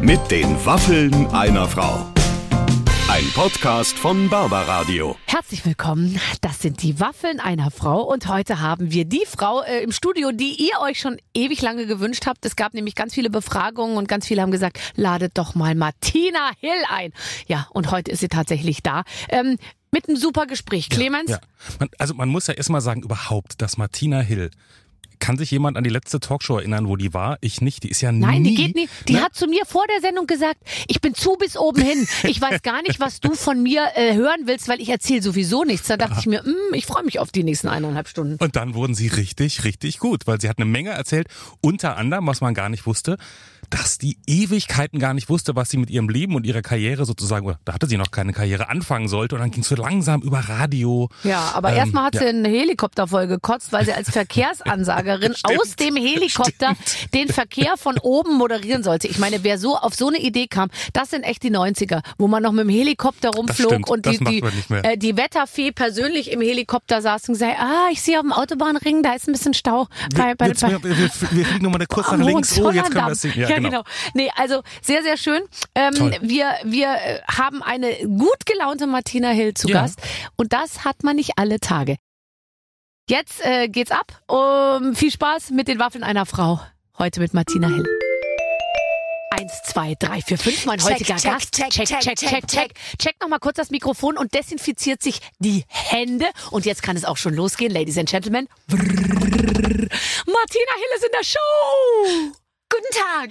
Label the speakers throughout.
Speaker 1: Mit den Waffeln einer Frau. Ein Podcast von Barbaradio.
Speaker 2: Herzlich willkommen. Das sind die Waffeln einer Frau und heute haben wir die Frau äh, im Studio, die ihr euch schon ewig lange gewünscht habt. Es gab nämlich ganz viele Befragungen und ganz viele haben gesagt, ladet doch mal Martina Hill ein. Ja, und heute ist sie tatsächlich da. Ähm, mit einem super Gespräch. Clemens?
Speaker 3: Ja. Man, also man muss ja erstmal sagen, überhaupt, dass Martina Hill. Kann sich jemand an die letzte Talkshow erinnern, wo die war? Ich nicht. Die ist ja
Speaker 2: Nein,
Speaker 3: nie.
Speaker 2: die geht nicht. Die
Speaker 3: Ne?
Speaker 2: hat zu mir vor der Sendung gesagt, ich bin zu bis oben hin. Ich weiß gar nicht, was du von mir äh, hören willst, weil ich erzähle sowieso nichts. Da dachte ich mir, mm, ich freue mich auf die nächsten eineinhalb Stunden.
Speaker 3: Und dann wurden sie richtig, richtig gut, weil sie hat eine Menge erzählt, unter anderem, was man gar nicht wusste, dass die Ewigkeiten gar nicht wusste, was sie mit ihrem Leben und ihrer Karriere sozusagen, oder da hatte sie noch keine Karriere, anfangen sollte. Und dann ging es so langsam über Radio.
Speaker 2: Ja, aber
Speaker 3: Ähm,
Speaker 2: erstmal hat
Speaker 3: ja.
Speaker 2: sie einen Helikopter voll gekotzt, weil sie als Verkehrsansagerin aus dem Helikopter den Verkehr von oben moderieren sollte. Ich meine, wer so auf so eine Idee kam, das sind echt die 90er, wo man noch mit dem Helikopter rumflog
Speaker 3: stimmt,
Speaker 2: und
Speaker 3: das
Speaker 2: die,
Speaker 3: macht
Speaker 2: die,
Speaker 3: man nicht mehr.
Speaker 2: äh, die Wetterfee persönlich im Helikopter saß und gesagt, ah, ich sehe auf dem Autobahnring, da ist ein bisschen Stau. Bei, bei,
Speaker 3: Jetzt, wir, wir, wir fliegen nochmal eine kurz nach
Speaker 2: am
Speaker 3: links. Oh, jetzt können wir
Speaker 2: Hohenzollerndamm.
Speaker 3: das sehen.
Speaker 2: Ja, genau. Nee, also sehr, sehr schön. Ähm,
Speaker 3: Toll.
Speaker 2: wir, wir äh, haben eine gut gelaunte Martina Hill zu
Speaker 3: Ja.
Speaker 2: Gast. Und das hat man nicht alle Tage. Jetzt äh, geht's ab. Um, viel Spaß mit den Waffeln einer Frau. Heute mit Martina Hill. Eins, zwei, drei, vier, fünf. mein
Speaker 4: Check,
Speaker 2: heutiger
Speaker 4: check,
Speaker 2: Gast.
Speaker 4: check,
Speaker 2: check, check, check, check. Check nochmal kurz das Mikrofon und desinfiziert sich die Hände. Und jetzt kann es auch schon losgehen, Ladies and Gentlemen. Martina Hill ist in der Show.
Speaker 4: Guten Tag.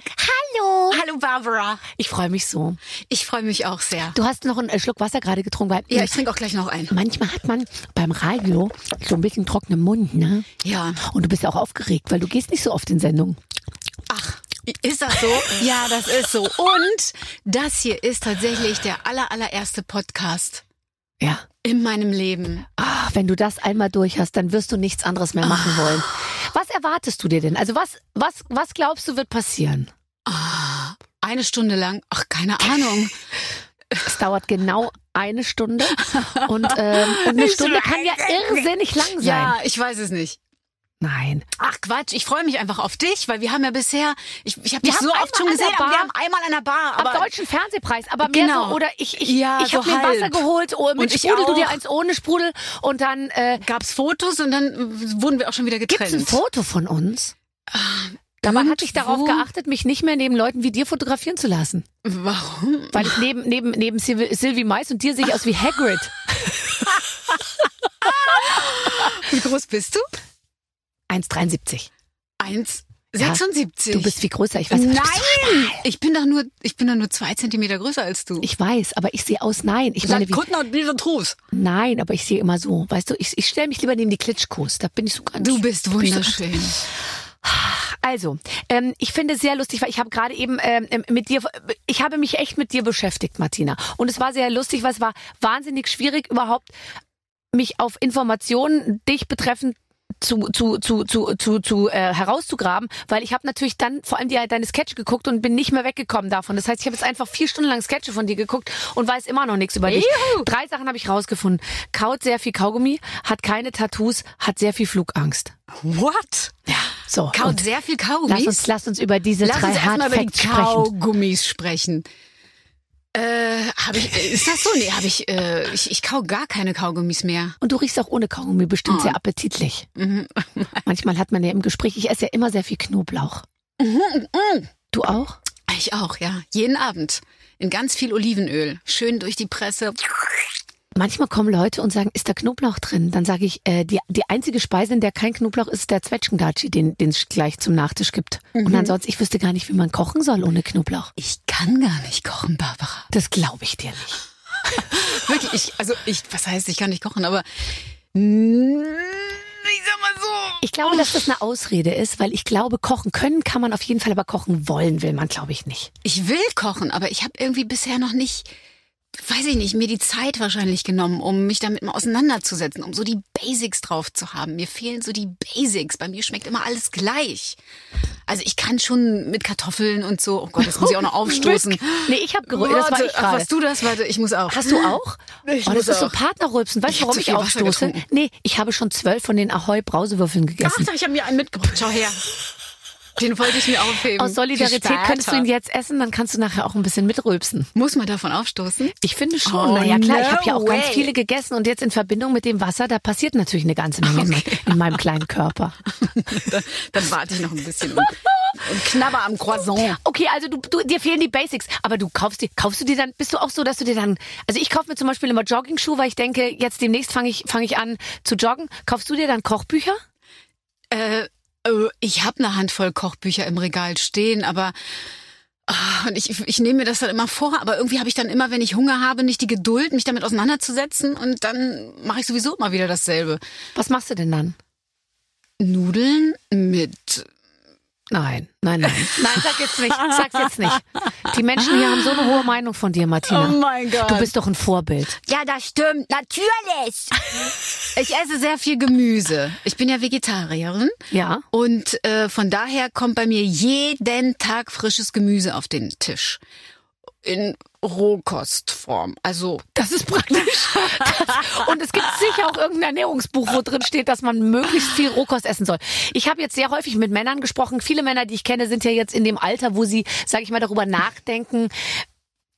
Speaker 4: Hallo. Hallo Barbara.
Speaker 2: Ich freue mich so.
Speaker 4: Ich freue mich auch sehr.
Speaker 2: Du hast noch einen äh, Schluck Wasser gerade getrunken, weil ähm,
Speaker 4: Ja, ich trinke auch gleich noch einen.
Speaker 2: manchmal hat man beim Radio so ein bisschen trockenen Mund, ne?
Speaker 4: Ja.
Speaker 2: Und du bist auch aufgeregt, weil du gehst nicht so oft in Sendung.
Speaker 4: Ach, ist das so? ja, das ist so. Und das hier ist tatsächlich der aller, allererste Podcast
Speaker 2: Ja.
Speaker 4: in meinem Leben.
Speaker 2: Ah, wenn du das einmal durch hast, dann wirst du nichts anderes mehr machen
Speaker 4: Ah.
Speaker 2: wollen. Was erwartest du dir denn? Also was, was, was glaubst du wird passieren?
Speaker 4: Eine Stunde lang. Ach, keine Ahnung.
Speaker 2: Es dauert genau eine Stunde und, ähm, und eine
Speaker 4: Nicht so
Speaker 2: Stunde kann ja irrsinnig lang sein.
Speaker 4: Ja, ich weiß es nicht.
Speaker 2: Nein.
Speaker 4: Ach Quatsch, ich freue mich einfach auf dich, weil wir haben ja bisher, ich, ich habe
Speaker 2: Wir
Speaker 4: dich
Speaker 2: haben
Speaker 4: so
Speaker 2: einmal
Speaker 4: oft schon
Speaker 2: an der
Speaker 4: gesehen, aber wir
Speaker 2: Bar.
Speaker 4: haben einmal an der Bar,
Speaker 2: Am
Speaker 4: aber
Speaker 2: deutschen Fernsehpreis, aber mehr
Speaker 4: Genau.
Speaker 2: so, oder ich, ich,
Speaker 4: Ja,
Speaker 2: ich habe
Speaker 4: so
Speaker 2: mir ein Wasser
Speaker 4: halb.
Speaker 2: geholt, oh, mit
Speaker 4: Und ich
Speaker 2: Sprudel, du dir
Speaker 4: auch.
Speaker 2: eins ohne Sprudel und dann äh,
Speaker 4: gab's Fotos und dann wurden wir auch schon wieder getrennt.
Speaker 2: gibt's ein Foto von uns. Dabei hatte ich darauf
Speaker 4: Irgendwo-
Speaker 2: geachtet, mich nicht mehr neben Leuten wie dir fotografieren zu lassen.
Speaker 4: Warum?
Speaker 2: Weil ich neben, neben, neben Sil Sylvie Mais und dir sehe ich aus wie Hagrid.
Speaker 4: Wie groß bist du?
Speaker 2: 1,73.
Speaker 4: 1,76.
Speaker 2: Ja, Du bist viel größer, ich weiß. aber du bist so-
Speaker 4: Nein! Ich bin doch nur, ich bin doch nur zwei Zentimeter größer als du.
Speaker 2: Ich weiß, aber ich sehe aus, nein. Ich meine, wie,
Speaker 4: Kuttner und Bilder Trus.
Speaker 2: nein, aber ich sehe immer so. Weißt du, ich, ich stelle mich lieber neben die Klitschkos. Da bin ich so ganz.
Speaker 4: Du bist
Speaker 2: bin ich so-
Speaker 4: wunderschön.
Speaker 2: Also, ähm, ich finde es sehr lustig, weil ich habe gerade eben ähm, ähm, mit dir, ich habe mich echt mit dir beschäftigt, Martina. Und es war sehr lustig, weil es war wahnsinnig schwierig, überhaupt mich auf Informationen dich betreffend zu, zu, zu, zu, zu, zu äh, herauszugraben, weil ich habe natürlich dann vor allem die, deine Sketche geguckt und bin nicht mehr weggekommen davon. Das heißt, ich habe jetzt einfach vier Stunden lang Sketche von dir geguckt und weiß immer noch nichts über dich. Drei Sachen habe ich rausgefunden. Kaut sehr viel Kaugummi, hat keine Tattoos, hat sehr viel Flugangst.
Speaker 4: What?
Speaker 2: So.
Speaker 4: Kaut
Speaker 2: und-
Speaker 4: sehr viel
Speaker 2: Lass
Speaker 4: Kaugummis.
Speaker 2: uns, lass uns über diese
Speaker 4: Lass
Speaker 2: drei
Speaker 4: uns erstmal über die
Speaker 2: Hardfacts sprechen.
Speaker 4: Kaugummis sprechen. Äh, hab ich, äh, ist das so? Nee, habe ich, äh, ich, ich kau gar keine Kaugummis mehr.
Speaker 2: Und du riechst auch ohne Kaugummi bestimmt
Speaker 4: Ah.
Speaker 2: sehr appetitlich. Manchmal hat man ja im Gespräch, ich esse ja immer sehr viel Knoblauch. Mhm. Du auch?
Speaker 4: Ich auch, ja. Jeden Abend. In ganz viel Olivenöl. Schön durch die Presse.
Speaker 2: Manchmal kommen Leute und sagen, ist da Knoblauch drin? Dann sage ich, äh, die, die einzige Speise, in der kein Knoblauch ist, ist der Zwetschgendatschi, den den es gleich zum Nachtisch gibt. Und ansonsten, ich wüsste gar nicht, wie man kochen soll ohne Knoblauch.
Speaker 4: Ich kann gar nicht kochen, Barbara.
Speaker 2: Das glaube ich dir nicht.
Speaker 4: Wirklich, ich, also ich, was heißt, ich kann nicht kochen, aber mm, ich sag mal so.
Speaker 2: Ich glaube, dass das eine Ausrede ist, weil ich glaube, kochen können kann man auf jeden Fall, aber kochen wollen will man, glaube ich, nicht.
Speaker 4: Ich will kochen, aber ich habe irgendwie bisher noch nicht, weiß ich nicht, mir die Zeit wahrscheinlich genommen, um mich damit mal auseinanderzusetzen, um so die Basics drauf zu haben. Mir fehlen so die Basics. Bei mir schmeckt immer alles gleich. Also ich kann schon mit Kartoffeln und so, oh Gott, das muss ich auch noch aufstoßen.
Speaker 2: Nee, ich habe gerührt. Das war
Speaker 4: Warte,
Speaker 2: ich
Speaker 4: ach,
Speaker 2: gerade.
Speaker 4: was du das? Warte, ich muss auch.
Speaker 2: Hast du auch?
Speaker 4: Ich
Speaker 2: oh, das
Speaker 4: muss
Speaker 2: ist so
Speaker 4: auch.
Speaker 2: Partnerrülpsen. Weißt
Speaker 4: Ich
Speaker 2: du,
Speaker 4: hab
Speaker 2: warum
Speaker 4: zu
Speaker 2: ich
Speaker 4: viel Wasser
Speaker 2: aufstoße?
Speaker 4: getrunken.
Speaker 2: Nee, ich habe schon zwölf von den Ahoi Brausewürfeln
Speaker 4: Ach,
Speaker 2: gegessen.
Speaker 4: ich habe mir einen mitgebracht. Schau her. Den wollte ich mir aufheben.
Speaker 2: Aus Solidarität
Speaker 4: Für
Speaker 2: könntest du ihn
Speaker 4: später.
Speaker 2: jetzt essen, dann kannst du nachher auch ein bisschen mitrülpsen.
Speaker 4: Muss man davon aufstoßen?
Speaker 2: Ich finde schon.
Speaker 4: Oh,
Speaker 2: naja, klar, ich habe
Speaker 4: no
Speaker 2: ja auch ganz
Speaker 4: way.
Speaker 2: viele gegessen und jetzt in Verbindung mit dem Wasser, da passiert natürlich eine ganze Menge in me- in meinem kleinen Körper.
Speaker 4: Dann, dann warte ich noch ein bisschen und, und knabber am Croissant.
Speaker 2: Okay, also du, du, dir fehlen die Basics, aber du kaufst dir, kaufst du dir dann, bist du auch so, dass du dir dann, also ich kaufe mir zum Beispiel immer Jogging-Schuhe, weil ich denke, jetzt demnächst fange ich, fange ich an zu joggen. Kaufst du dir dann Kochbücher?
Speaker 4: Äh, äh, ich habe eine Handvoll Kochbücher im Regal stehen, aber ah, und ich, ich nehme mir das dann immer vor, aber irgendwie habe ich dann immer, wenn ich Hunger habe, nicht die Geduld, mich damit auseinanderzusetzen und dann mache ich sowieso immer wieder dasselbe.
Speaker 2: Was machst du denn dann?
Speaker 4: Nudeln mit
Speaker 2: Nein, nein, nein. Nein, sag jetzt nicht, sag's jetzt nicht. Die Menschen hier haben so eine hohe Meinung von dir, Martina.
Speaker 4: Oh mein Gott.
Speaker 2: Du bist doch ein Vorbild.
Speaker 4: ja, das stimmt, natürlich. ich esse sehr viel Gemüse. Ich bin ja Vegetarierin.
Speaker 2: Ja.
Speaker 4: Und äh, von daher kommt bei mir jeden Tag frisches Gemüse auf den Tisch. In Rohkostform. Also
Speaker 2: Das ist praktisch. Das, und es gibt sicher auch irgendein Ernährungsbuch, wo drin steht, dass man möglichst viel Rohkost essen soll. Ich habe jetzt sehr häufig mit Männern gesprochen. Viele Männer, die ich kenne, sind ja jetzt in dem Alter, wo sie, sage ich mal, darüber nachdenken.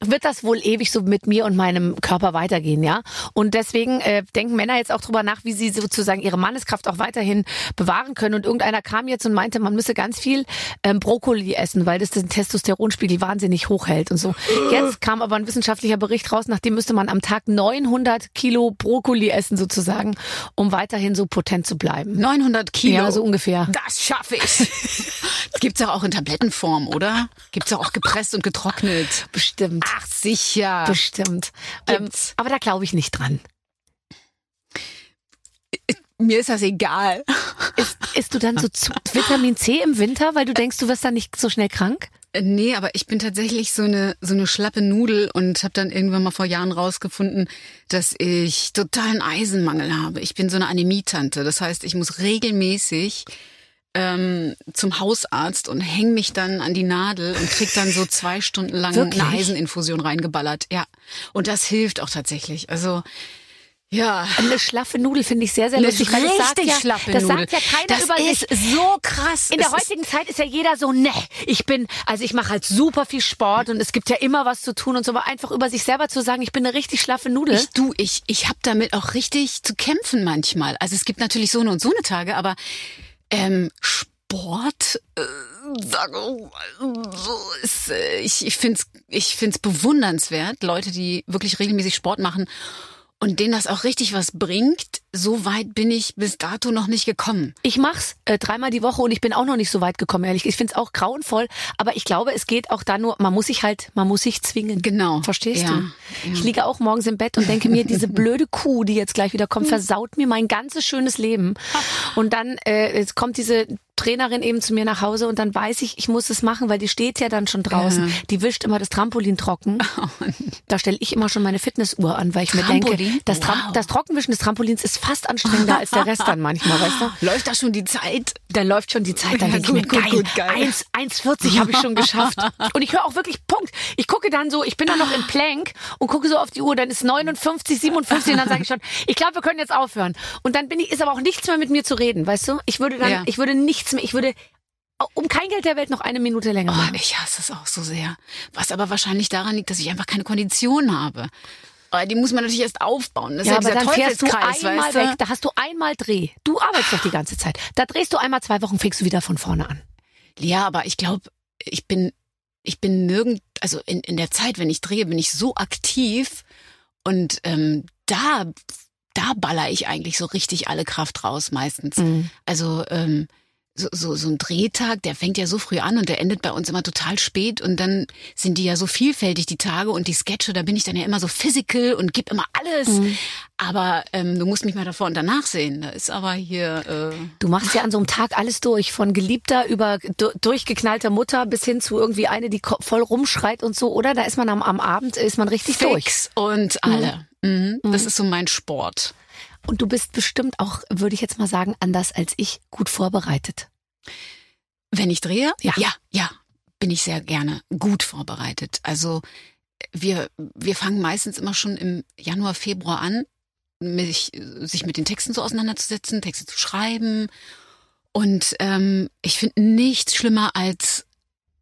Speaker 2: Wird das wohl ewig so mit mir und meinem Körper weitergehen, ja? Und deswegen äh, denken Männer jetzt auch drüber nach, wie sie sozusagen ihre Manneskraft auch weiterhin bewahren können. Und irgendeiner kam jetzt und meinte, man müsse ganz viel ähm, Brokkoli essen, weil das den Testosteronspiegel wahnsinnig hoch hält und so. Jetzt kam aber ein wissenschaftlicher Bericht raus, nachdem müsste man am Tag 900 Kilo Brokkoli essen sozusagen, um weiterhin so potent zu bleiben.
Speaker 4: 900 Kilo.
Speaker 2: Ja, so ungefähr.
Speaker 4: Das schaffe ich. Gibt's doch auch in Tablettenform, oder? Gibt's doch auch gepresst und getrocknet.
Speaker 2: Bestimmt.
Speaker 4: Ach sicher.
Speaker 2: Bestimmt. Ähm,
Speaker 4: Gibt's.
Speaker 2: aber da glaube ich nicht dran.
Speaker 4: Mir ist das egal.
Speaker 2: Isst du dann so zu Vitamin C im Winter, weil du denkst, du wirst dann nicht so schnell krank?
Speaker 4: Äh, Nee, aber ich bin tatsächlich so eine so eine schlappe Nudel und habe dann irgendwann mal vor Jahren rausgefunden, dass ich totalen Eisenmangel habe. Ich bin so eine Anämietante, das heißt, ich muss regelmäßig ähm, zum Hausarzt und häng mich dann an die Nadel und krieg dann so zwei Stunden lang
Speaker 2: Wirklich?
Speaker 4: eine Eiseninfusion reingeballert. Ja, und das hilft auch tatsächlich. Also ja.
Speaker 2: Eine schlaffe Nudel finde ich sehr, sehr
Speaker 4: Eine
Speaker 2: lustig, weil das sagt ja, das sagt ja keiner
Speaker 4: das
Speaker 2: über
Speaker 4: ist
Speaker 2: sich.
Speaker 4: so krass.
Speaker 2: In der
Speaker 4: Es ist-
Speaker 2: heutigen Zeit ist ja jeder so, ne, ich bin, also ich mache halt super viel Sport und es gibt ja immer was zu tun und so, aber einfach über sich selber zu sagen, ich bin eine richtig schlaffe Nudel.
Speaker 4: Ich, du, ich, ich habe damit auch richtig zu kämpfen manchmal. Also es gibt natürlich so eine und so eine Tage, aber ähm, Sport, äh, sag, oh, so ist, äh, ich, ich find's, ich find's bewundernswert, Leute, die wirklich regelmäßig Sport machen und denen das auch richtig was bringt. So weit bin ich bis dato noch nicht gekommen.
Speaker 2: Ich mach's äh, dreimal die Woche und ich bin auch noch nicht so weit gekommen, ehrlich. Ich find's auch grauenvoll, aber ich glaube, es geht auch da nur, man muss sich halt, man muss sich zwingen.
Speaker 4: Genau.
Speaker 2: Verstehst
Speaker 4: Ja,
Speaker 2: du?
Speaker 4: ja.
Speaker 2: Ich liege auch morgens im Bett und denke mir, diese blöde Kuh, die jetzt gleich wieder
Speaker 4: Hm.
Speaker 2: kommt, versaut mir mein ganzes schönes Leben. Und dann äh, es kommt diese Trainerin eben zu mir nach Hause und dann weiß ich, ich muss es machen, weil die steht ja dann schon draußen. Die wischt immer das Trampolin trocken.
Speaker 4: Oh
Speaker 2: Da stelle ich immer schon meine Fitnessuhr an, weil ich mir denke,
Speaker 4: Trampolin?
Speaker 2: das, Tram
Speaker 4: Wow.
Speaker 2: das Trockenwischen des Trampolins ist fast anstrengender als der Rest dann manchmal, weißt du?
Speaker 4: Läuft da schon die Zeit?
Speaker 2: dann läuft schon die Zeit, dann
Speaker 4: Ja,
Speaker 2: denke ich mir,
Speaker 4: gut,
Speaker 2: geil,
Speaker 4: gut, gut, geil.
Speaker 2: 1, 1,40 habe ich schon geschafft. Und ich höre auch wirklich, Punkt. Ich gucke dann so, ich bin dann noch im Plank und gucke so auf die Uhr, dann ist 59, 57 und dann sage ich schon, ich glaube, wir können jetzt aufhören. Und dann bin ich, ist aber auch nichts mehr mit mir zu reden, weißt du? Ich würde dann,
Speaker 4: Ja.
Speaker 2: ich würde nichts mehr, ich würde um kein Geld der Welt noch eine Minute länger
Speaker 4: Oh,
Speaker 2: machen.
Speaker 4: ich hasse es auch so sehr. Was aber wahrscheinlich daran liegt, dass ich einfach keine Kondition habe. Aber die muss man natürlich erst aufbauen. Das
Speaker 2: Ja,
Speaker 4: ist
Speaker 2: aber
Speaker 4: ja dieser
Speaker 2: dann fährst du
Speaker 4: Teufelskreis,
Speaker 2: einmal
Speaker 4: weißt du?
Speaker 2: weg, da hast du einmal Dreh. Du arbeitest doch die ganze Zeit. Da drehst du einmal zwei Wochen, fängst du wieder von vorne an.
Speaker 4: Ja, aber ich glaube, ich bin, ich bin nirgend, also in, in der Zeit, wenn ich drehe, bin ich so aktiv und ähm, da, da baller ich eigentlich so richtig alle Kraft raus meistens. Also ähm, so, so, so ein Drehtag, der fängt ja so früh an und der endet bei uns immer total spät und dann sind die ja so vielfältig, die Tage und die Sketche, da bin ich dann ja immer so physical und gib immer alles. Aber ähm, du musst mich mal davor und danach sehen. Da ist aber hier. Äh,
Speaker 2: Du machst ja an so einem Tag alles durch, von Geliebter über du- durchgeknallter Mutter bis hin zu irgendwie eine, die ko- voll rumschreit und so, oder? Da ist man am, am Abend, ist man richtig durch.
Speaker 4: Fix und alle. Mhm. Das ist so mein Sport.
Speaker 2: Und du bist bestimmt auch, würde ich jetzt mal sagen, anders als ich, gut vorbereitet.
Speaker 4: Wenn ich drehe,
Speaker 2: Ja.
Speaker 4: ja, ja, bin ich sehr gerne gut vorbereitet. Also wir, wir fangen meistens immer schon im Januar, Februar an, mich, sich mit den Texten so auseinanderzusetzen, Texte zu schreiben. Und ähm, ich finde nichts schlimmer als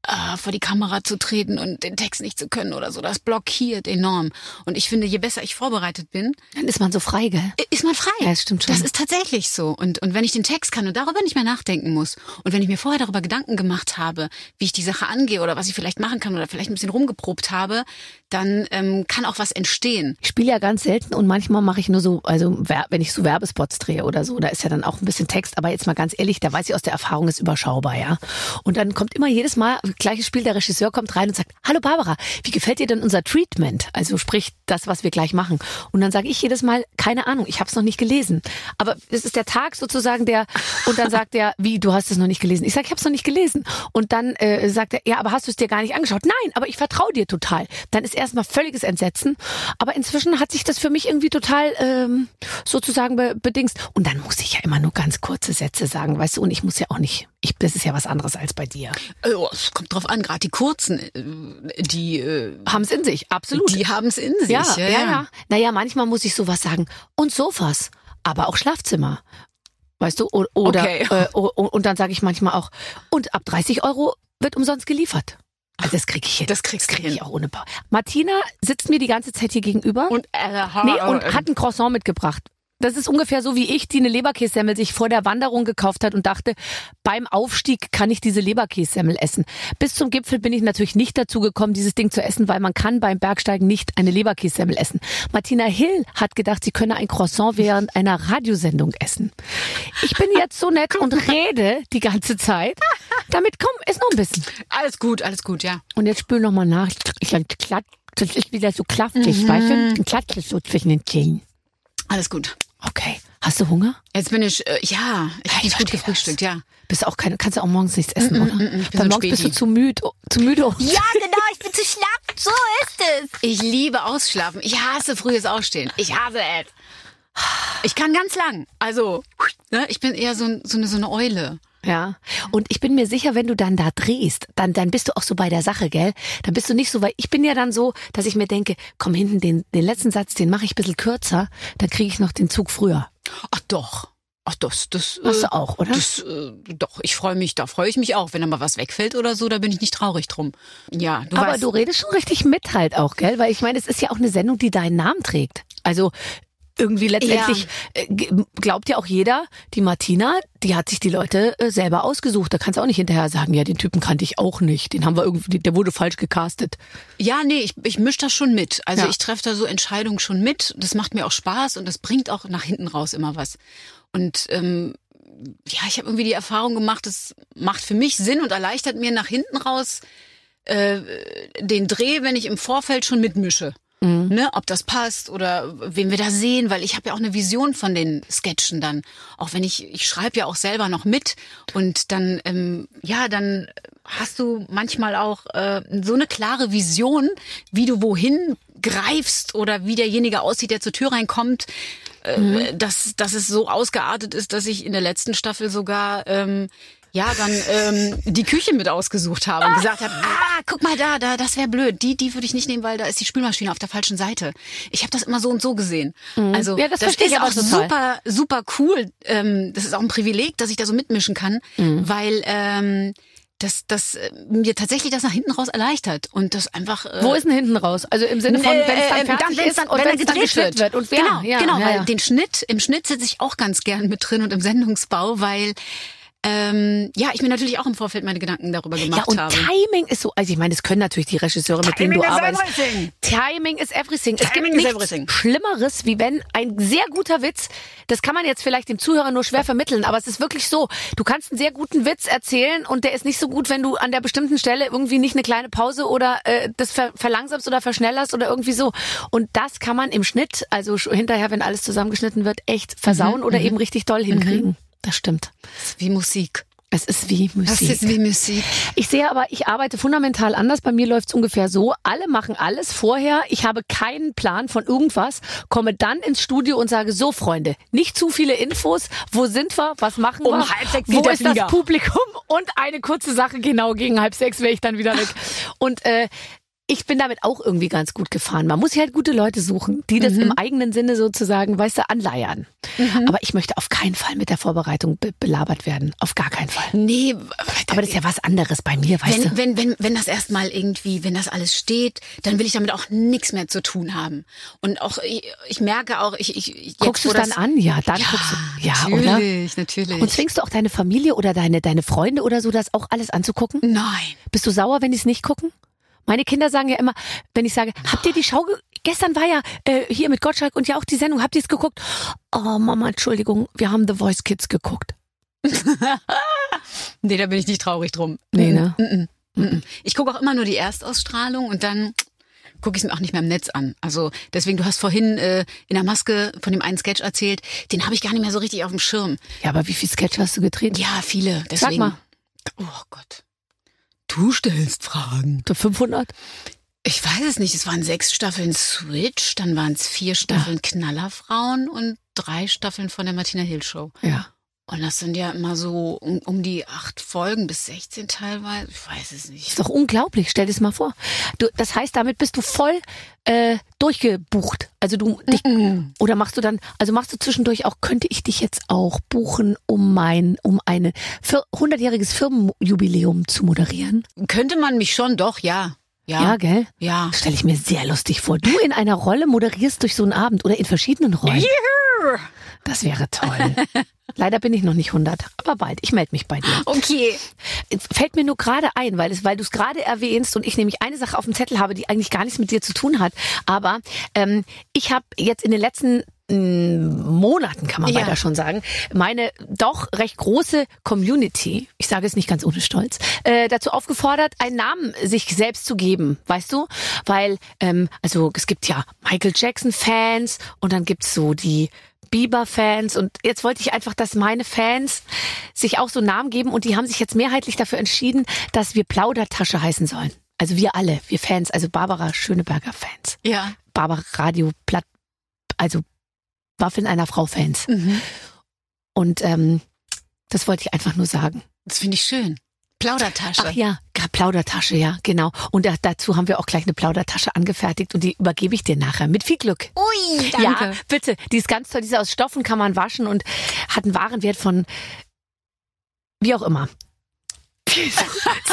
Speaker 4: äh, vor die Kamera zu treten und den Text nicht zu können oder so. Das blockiert enorm. Und ich finde, je besser ich vorbereitet bin,
Speaker 2: Dann ist man so frei, gell?
Speaker 4: ist man frei.
Speaker 2: Ja, das stimmt schon.
Speaker 4: Das ist tatsächlich so. Und, und wenn ich den Text kann und darüber nicht mehr nachdenken muss und wenn ich mir vorher darüber Gedanken gemacht habe, wie ich die Sache angehe oder was ich vielleicht machen kann oder vielleicht ein bisschen rumgeprobt habe, dann ähm, kann auch was entstehen.
Speaker 2: Ich spiele ja ganz selten und manchmal mache ich nur so, also Wer- wenn ich so Werbespots drehe oder so, da ist ja dann auch ein bisschen Text, aber jetzt mal ganz ehrlich, da weiß ich aus der Erfahrung, ist überschaubar, ja. Und dann kommt immer jedes Mal, gleiches Spiel, der Regisseur kommt rein und sagt, hallo Barbara, wie gefällt dir denn unser Treatment? Also sprich, das, was wir gleich machen. Und dann sage ich jedes Mal, keine Ahnung, ich habe es noch nicht gelesen. Aber es ist der Tag sozusagen der, und dann sagt er, wie, du hast es noch nicht gelesen? Ich sage, ich habe es noch nicht gelesen. Und dann äh, sagt er, ja, aber hast du es dir gar nicht angeschaut? Nein, aber ich vertraue dir total. Dann ist erstmal völliges Entsetzen. Aber inzwischen hat sich das für mich irgendwie total ähm, sozusagen be bedingst. Und dann muss ich ja immer nur ganz kurze Sätze sagen, weißt du, und ich muss ja auch nicht, ich, das ist ja was anderes als bei dir.
Speaker 4: Oh, es kommt drauf an, gerade die kurzen, äh, die, äh,
Speaker 2: Haben es in sich, absolut.
Speaker 4: die haben es in sich.
Speaker 2: ja, ja, ja, Naja, manchmal muss ich sowas sagen. Und Sofas, aber auch Schlafzimmer. Weißt du, o- oder
Speaker 4: Okay.
Speaker 2: äh, o- o- und dann sage ich manchmal auch, und ab 30 Euro wird umsonst geliefert. Also das kriege ich hin.
Speaker 4: Das kriegst du
Speaker 2: krieg ich
Speaker 4: hin.
Speaker 2: auch ohne Pause. Martina sitzt mir die ganze Zeit hier gegenüber
Speaker 4: Und, äh,
Speaker 2: nee, und hat ein Croissant mitgebracht. Das ist ungefähr so wie ich, die eine Leberkässemmel sich vor der Wanderung gekauft hat und dachte, beim Aufstieg kann ich diese Leberkässemmel essen. Bis zum Gipfel bin ich natürlich nicht dazu gekommen, dieses Ding zu essen, weil man kann beim Bergsteigen nicht eine Leberkässemmel essen. Martina Hill hat gedacht, sie könne ein Croissant während einer Radiosendung essen. Ich bin jetzt so nett und rede die ganze Zeit. Damit komm, ist noch ein bisschen.
Speaker 4: alles gut, alles gut, ja.
Speaker 2: Und jetzt spül nochmal nach. Ich dann klatt, das ist wieder so klaftig, weißt du? Dann klatscht es so zwischen den Zähnen.
Speaker 4: Alles gut.
Speaker 2: Okay. Hast du Hunger?
Speaker 4: Jetzt bin ich, äh, ja, ich
Speaker 2: Ja,
Speaker 4: habe
Speaker 2: ich
Speaker 4: nicht gut
Speaker 2: verstehe
Speaker 4: gefrühstückt, ja.
Speaker 2: Bist auch keine, kannst du auch morgens nichts essen, oder?
Speaker 4: ich bin
Speaker 2: Weil
Speaker 4: so ein
Speaker 2: morgens bist du
Speaker 4: Späti.
Speaker 2: zu müde, zu müde. um-
Speaker 5: Ja, genau, ich bin zu schlapp. So ist es.
Speaker 4: Ich liebe Ausschlafen. Ich hasse frühes Ausstehen. Ich hasse es. Ich kann ganz lang. Also, ne, ich bin eher so, ein- so, eine, so eine Eule.
Speaker 2: Ja. Und ich bin mir sicher, wenn du dann da drehst, dann, dann bist du auch so bei der Sache, gell? Dann bist du nicht so, weil ich bin ja dann so, dass ich mir denke, komm hinten, den, den letzten Satz, den mache ich ein bisschen kürzer, dann kriege ich noch den Zug früher.
Speaker 4: Ach doch. Ach, das, das.
Speaker 2: Hast
Speaker 4: äh,
Speaker 2: du auch, ne? oder?
Speaker 4: Das, äh, doch, ich freue mich, da freue ich mich auch. Wenn da mal was wegfällt oder so, da bin ich nicht traurig drum. Ja, du
Speaker 2: Aber
Speaker 4: weißt,
Speaker 2: du redest schon richtig mit halt auch, gell? Weil ich meine, es ist ja auch eine Sendung, die deinen Namen trägt. Also irgendwie letztendlich äh, g- glaubt ja auch jeder, die Martina, die hat sich die Leute äh, selber ausgesucht. Da kannst du auch nicht hinterher sagen, ja, den Typen kannte ich auch nicht. Den haben wir irgendwie, der wurde falsch gecastet.
Speaker 4: Ja, nee, ich, ich mische das schon mit. Also
Speaker 2: Ja.
Speaker 4: ich treffe da so Entscheidungen schon mit. Das macht mir auch Spaß und das bringt auch nach hinten raus immer was. Und ähm, ja, ich habe irgendwie die Erfahrung gemacht, das macht für mich Sinn und erleichtert mir nach hinten raus äh, den Dreh, wenn ich im Vorfeld schon mitmische. Ne, ob das passt oder wen wir da sehen, weil ich habe ja auch eine Vision von den Sketchen dann. Auch wenn ich, ich schreibe ja auch selber noch mit und dann, ähm, ja, dann hast du manchmal auch äh, so eine klare Vision, wie du wohin greifst oder wie derjenige aussieht, der zur Tür reinkommt, äh, dass, dass es so ausgeartet ist, dass ich in der letzten Staffel sogar ähm, ja, dann ähm, die Küche mit ausgesucht habe und gesagt habe, ah, guck mal da, da, das wäre blöd. Die, die würde ich nicht nehmen, weil da ist die Spülmaschine auf der falschen Seite. Ich habe das immer so und so gesehen. Also
Speaker 2: Mhm. Ja, das verstehe
Speaker 4: ist
Speaker 2: ich aber
Speaker 4: auch
Speaker 2: total.
Speaker 4: super, super cool. Ähm, das ist auch ein Privileg, dass ich da so mitmischen kann,
Speaker 2: Mhm.
Speaker 4: weil ähm, das, das äh, mir tatsächlich das nach hinten raus erleichtert und das einfach. Äh,
Speaker 2: Wo ist denn hinten raus? Also im Sinne von,
Speaker 4: Nee,
Speaker 2: wenn es
Speaker 4: ähm,
Speaker 2: dann fertig
Speaker 4: wenn's
Speaker 2: ist und
Speaker 4: wenn
Speaker 2: wenn es
Speaker 4: er
Speaker 2: dann
Speaker 4: gedreht
Speaker 2: geschnitten wird. Und wer,
Speaker 4: genau,
Speaker 2: ja,
Speaker 4: genau,
Speaker 2: ja,
Speaker 4: weil
Speaker 2: ja.
Speaker 4: den Schnitt, im Schnitt sitze ich auch ganz gern mit drin und im Sendungsbau, weil ähm, ja, ich mir natürlich auch im Vorfeld meine Gedanken darüber gemacht
Speaker 2: Ja, und
Speaker 4: habe.
Speaker 2: Timing ist so, also ich meine, das können natürlich die Regisseure, mit denen du
Speaker 4: Timing is
Speaker 2: arbeitest.
Speaker 4: everything.
Speaker 2: Timing is everything. es
Speaker 4: Timing
Speaker 2: gibt
Speaker 4: is
Speaker 2: nichts
Speaker 4: everything.
Speaker 2: Schlimmeres, wie wenn ein sehr guter Witz, das kann man jetzt vielleicht dem Zuhörer nur schwer vermitteln, aber es ist wirklich so, du kannst einen sehr guten Witz erzählen und der ist nicht so gut, wenn du an der bestimmten Stelle irgendwie nicht eine kleine Pause oder äh, das ver verlangsamst oder verschnellerst oder irgendwie so. Und das kann man im Schnitt, also sch- hinterher, wenn alles zusammengeschnitten wird, echt versauen
Speaker 4: Mhm,
Speaker 2: oder eben richtig doll hinkriegen. Das stimmt.
Speaker 4: Wie Musik.
Speaker 2: Es ist wie Musik.
Speaker 4: Mhm. Das ist wie Musik.
Speaker 2: Ich sehe aber, ich arbeite fundamental anders. Bei mir läuft es ungefähr so. Alle machen alles vorher. Ich habe keinen Plan von irgendwas, komme dann ins Studio und sage, so Freunde, nicht zu viele Infos. Wo sind wir? Was machen
Speaker 4: Um
Speaker 2: wir?
Speaker 4: halb sechs
Speaker 2: Wo
Speaker 4: wieder
Speaker 2: ist
Speaker 4: Flieger.
Speaker 2: das Publikum? Und eine kurze Sache, genau gegen halb sechs wäre ich dann wieder weg. Und äh, ich bin damit auch irgendwie ganz gut gefahren. Man muss sich halt gute Leute suchen, die das
Speaker 4: Mhm.
Speaker 2: im eigenen Sinne sozusagen, weißt du, anleiern. Aber ich möchte auf keinen Fall mit der Vorbereitung be belabert werden. Auf gar keinen Fall.
Speaker 4: Nee, äh,
Speaker 2: Aber das ist ja was anderes bei mir, weißt
Speaker 4: wenn,
Speaker 2: du.
Speaker 4: wenn, wenn, wenn das erstmal irgendwie, wenn das alles steht, dann will ich damit auch nichts mehr zu tun haben. Und auch, ich, ich merke auch, ich, ich jetzt,
Speaker 2: Guckst du
Speaker 4: wo
Speaker 2: es dann
Speaker 4: das-
Speaker 2: an? Ja, dann
Speaker 4: Ja,
Speaker 2: guckst du. Ja, oder?
Speaker 4: natürlich, natürlich.
Speaker 2: Und zwingst du auch deine Familie oder deine, deine Freunde oder so, das auch alles anzugucken?
Speaker 4: Mhm. Nein.
Speaker 2: Bist du sauer, wenn die es nicht gucken? Meine Kinder sagen ja immer, wenn ich sage, habt ihr die Schau, ge- gestern war ja äh, hier mit Gottschalk und ja auch die Sendung, habt ihr es geguckt? Oh Mama, Entschuldigung, wir haben The Voice Kids geguckt.
Speaker 4: Nee, da bin ich nicht traurig drum.
Speaker 2: Nee, ne?
Speaker 4: Mm-mm. Mm-mm. Ich gucke auch immer nur die Erstausstrahlung und dann gucke ich es mir auch nicht mehr im Netz an. Also deswegen, du hast vorhin äh, in der Maske von dem einen Sketch erzählt, den habe ich gar nicht mehr so richtig auf dem Schirm.
Speaker 2: Ja, aber wie viel Sketch hast du gedreht?
Speaker 4: Ja, viele. Deswegen.
Speaker 2: mal.
Speaker 4: Oh Gott. Du stellst Fragen.
Speaker 2: So 500?
Speaker 4: Ich weiß es nicht. Es waren sechs Staffeln Switch, dann waren es vier Staffeln Knallerfrauen und drei Staffeln von der Martina Hill Show.
Speaker 2: Ja.
Speaker 4: Und das sind ja immer so um, um die acht Folgen bis 16 teilweise. Ich weiß es nicht.
Speaker 2: Ist doch unglaublich, stell dir das mal vor. Du, das heißt, damit bist du voll äh, durchgebucht. Also du dich, oder machst du dann, also machst du zwischendurch auch, könnte ich dich jetzt auch buchen, um mein, um ein 100-jähriges Firmenjubiläum zu moderieren?
Speaker 4: Könnte man mich schon, doch, ja.
Speaker 2: Ja,
Speaker 4: Ja,
Speaker 2: gell?
Speaker 4: ja.
Speaker 2: Stelle ich mir sehr lustig vor. Du in einer Rolle moderierst durch so einen Abend oder in verschiedenen Rollen. Das wäre toll. Leider bin ich noch nicht 100, aber bald. Ich melde mich bei dir.
Speaker 4: Okay.
Speaker 2: Es Fällt mir nur gerade ein, weil, es, weil du es gerade erwähnst und ich nämlich eine Sache auf dem Zettel habe, die eigentlich gar nichts mit dir zu tun hat. Aber ähm, ich habe jetzt in den letzten mm, Monaten, kann man
Speaker 4: Ja.
Speaker 2: weiter schon sagen, meine doch recht große Community, ich sage es nicht ganz ohne Stolz, äh, dazu aufgefordert, einen Namen sich selbst zu geben, weißt du? Weil, ähm, also es gibt ja Michael Jackson-Fans und dann gibt's so die Bieber-Fans und jetzt wollte ich einfach, dass meine Fans sich auch so Namen geben und die haben sich jetzt mehrheitlich dafür entschieden, dass wir Plaudertasche heißen sollen. Also wir alle, wir Fans, also Barbara Schöneberger-Fans.
Speaker 4: Ja.
Speaker 2: Barbara Radio Platt, also Waffeln einer Frau Fans.
Speaker 4: Mhm.
Speaker 2: Und ähm, das wollte ich einfach nur sagen.
Speaker 4: Das finde ich schön. Plaudertasche.
Speaker 2: Ach ja, Ka- Plaudertasche, ja, genau. Und da, dazu haben wir auch gleich eine Plaudertasche angefertigt und die übergebe ich dir nachher. Mit viel Glück.
Speaker 5: Ui, danke.
Speaker 2: Ja, bitte. Die ist ganz toll. Die ist aus Stoffen, kann man waschen und hat einen Warenwert von wie auch immer. Jetzt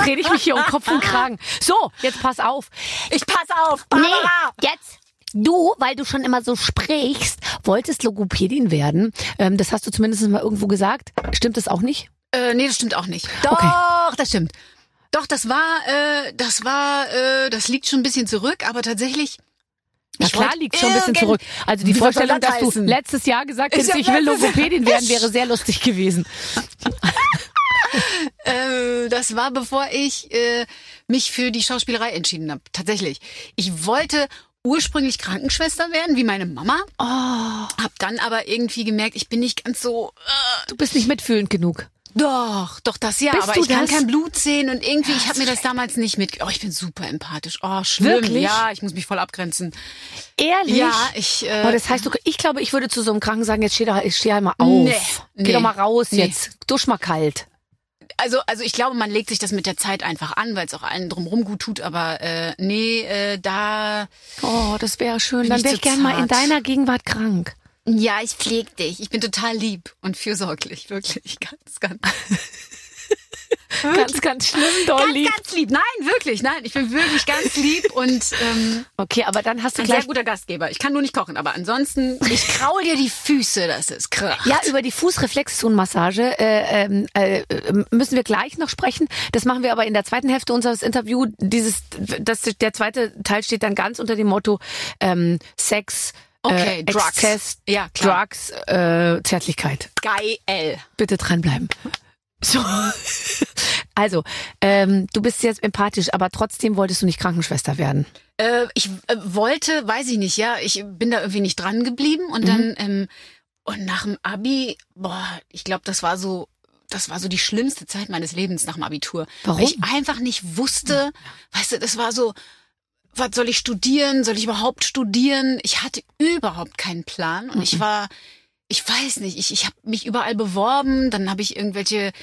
Speaker 2: rede ich mich hier um Kopf und Kragen. So, jetzt pass auf.
Speaker 5: Ich pass auf, Barbara. Nee, jetzt.
Speaker 2: Du, weil du schon immer so sprichst, wolltest Logopädin werden. Ähm, das hast du zumindest mal irgendwo gesagt. Stimmt das auch nicht?
Speaker 4: Äh, nee, das stimmt auch nicht. Doch, das stimmt. Doch, das war, äh, das war, äh, das liegt schon ein bisschen zurück, aber tatsächlich.
Speaker 2: Na
Speaker 4: Ich
Speaker 2: klar,
Speaker 4: wollt
Speaker 2: liegt schon ein bisschen
Speaker 4: irgend-
Speaker 2: zurück. Also die
Speaker 4: Wie soll
Speaker 2: Vorstellung,
Speaker 4: das
Speaker 2: dass du
Speaker 4: heißen?
Speaker 2: letztes Jahr gesagt hättest,
Speaker 4: ja
Speaker 2: ich will
Speaker 4: letztes Jahr-
Speaker 2: Logopädin werden, wäre sehr lustig gewesen.
Speaker 4: Äh, das war, bevor ich äh, mich für die Schauspielerei entschieden habe. Tatsächlich. Ich wollte ursprünglich Krankenschwester werden, wie meine Mama. Oh. Hab dann aber irgendwie gemerkt, ich bin nicht ganz so. Äh,
Speaker 2: Du bist nicht mitfühlend genug.
Speaker 4: doch, doch das ja.
Speaker 2: Bist
Speaker 4: aber
Speaker 2: du
Speaker 4: ich kann
Speaker 2: das?
Speaker 4: kein Blut sehen und irgendwie, ich habe mir das damals nicht mit. Oh, ich bin super empathisch. Oh, schlimm.
Speaker 2: Wirklich?
Speaker 4: Ja, ich muss mich voll abgrenzen.
Speaker 2: Ehrlich?
Speaker 4: Ja, ich. Äh,
Speaker 2: Aber das heißt, du, ich glaube, ich würde zu so einem Kranken sagen, jetzt steh, da, steh halt mal auf.
Speaker 4: Nee,
Speaker 2: Geh
Speaker 4: nee,
Speaker 2: doch mal raus
Speaker 4: nee.
Speaker 2: jetzt. Dusch mal kalt.
Speaker 4: Also, also ich glaube, man legt sich das mit der Zeit einfach an, weil es auch allen drumherum gut tut. Aber äh, nee, äh, da
Speaker 2: Oh, das wäre schön.
Speaker 4: Bin
Speaker 2: Dann
Speaker 4: ich
Speaker 2: wäre
Speaker 4: zu
Speaker 2: ich gern mal in
Speaker 4: zart.
Speaker 2: deiner Gegenwart krank.
Speaker 4: ja, ich pfleg dich. Ich bin total lieb und fürsorglich, wirklich, ganz, ganz,
Speaker 2: Ganz, ganz schlimm, Dolly.
Speaker 4: ganz, ganz Oh, lieb. Nein, wirklich, nein, ich bin wirklich ganz lieb und ähm,
Speaker 2: Okay, aber dann hast du
Speaker 4: ein sehr
Speaker 2: gleich...
Speaker 4: guter Gastgeber. Ich kann nur nicht kochen, aber ansonsten ich kraul dir die Füße, das ist krass.
Speaker 2: Ja, über die Fußreflexzonenmassage äh, ähm, äh, äh, müssen wir gleich noch sprechen. Das machen wir aber in der zweiten Hälfte unseres Interviews. Dieses, das, der zweite Teil steht dann ganz unter dem Motto ähm, Sex,
Speaker 4: Okay,
Speaker 2: äh,
Speaker 4: Drugs.
Speaker 2: Exzess,
Speaker 4: Ja, klar.
Speaker 2: Drugs, äh, Zärtlichkeit.
Speaker 4: Geil.
Speaker 2: Bitte dranbleiben. So. Also, ähm, du bist jetzt empathisch, aber trotzdem wolltest du nicht Krankenschwester werden.
Speaker 4: Äh, ich äh, wollte, weiß ich nicht, ja, ich bin da irgendwie nicht dran geblieben und
Speaker 2: Mhm.
Speaker 4: dann ähm, und nach dem Abi, boah, ich glaube, das war so, das war so die schlimmste Zeit meines Lebens nach dem Abitur,
Speaker 2: Warum?
Speaker 4: weil ich einfach nicht wusste, weißt du, das war so, was soll ich studieren, soll ich überhaupt studieren? Ich hatte überhaupt keinen Plan und
Speaker 2: Mhm.
Speaker 4: ich war, ich weiß nicht, ich ich habe mich überall beworben, dann habe ich irgendwelche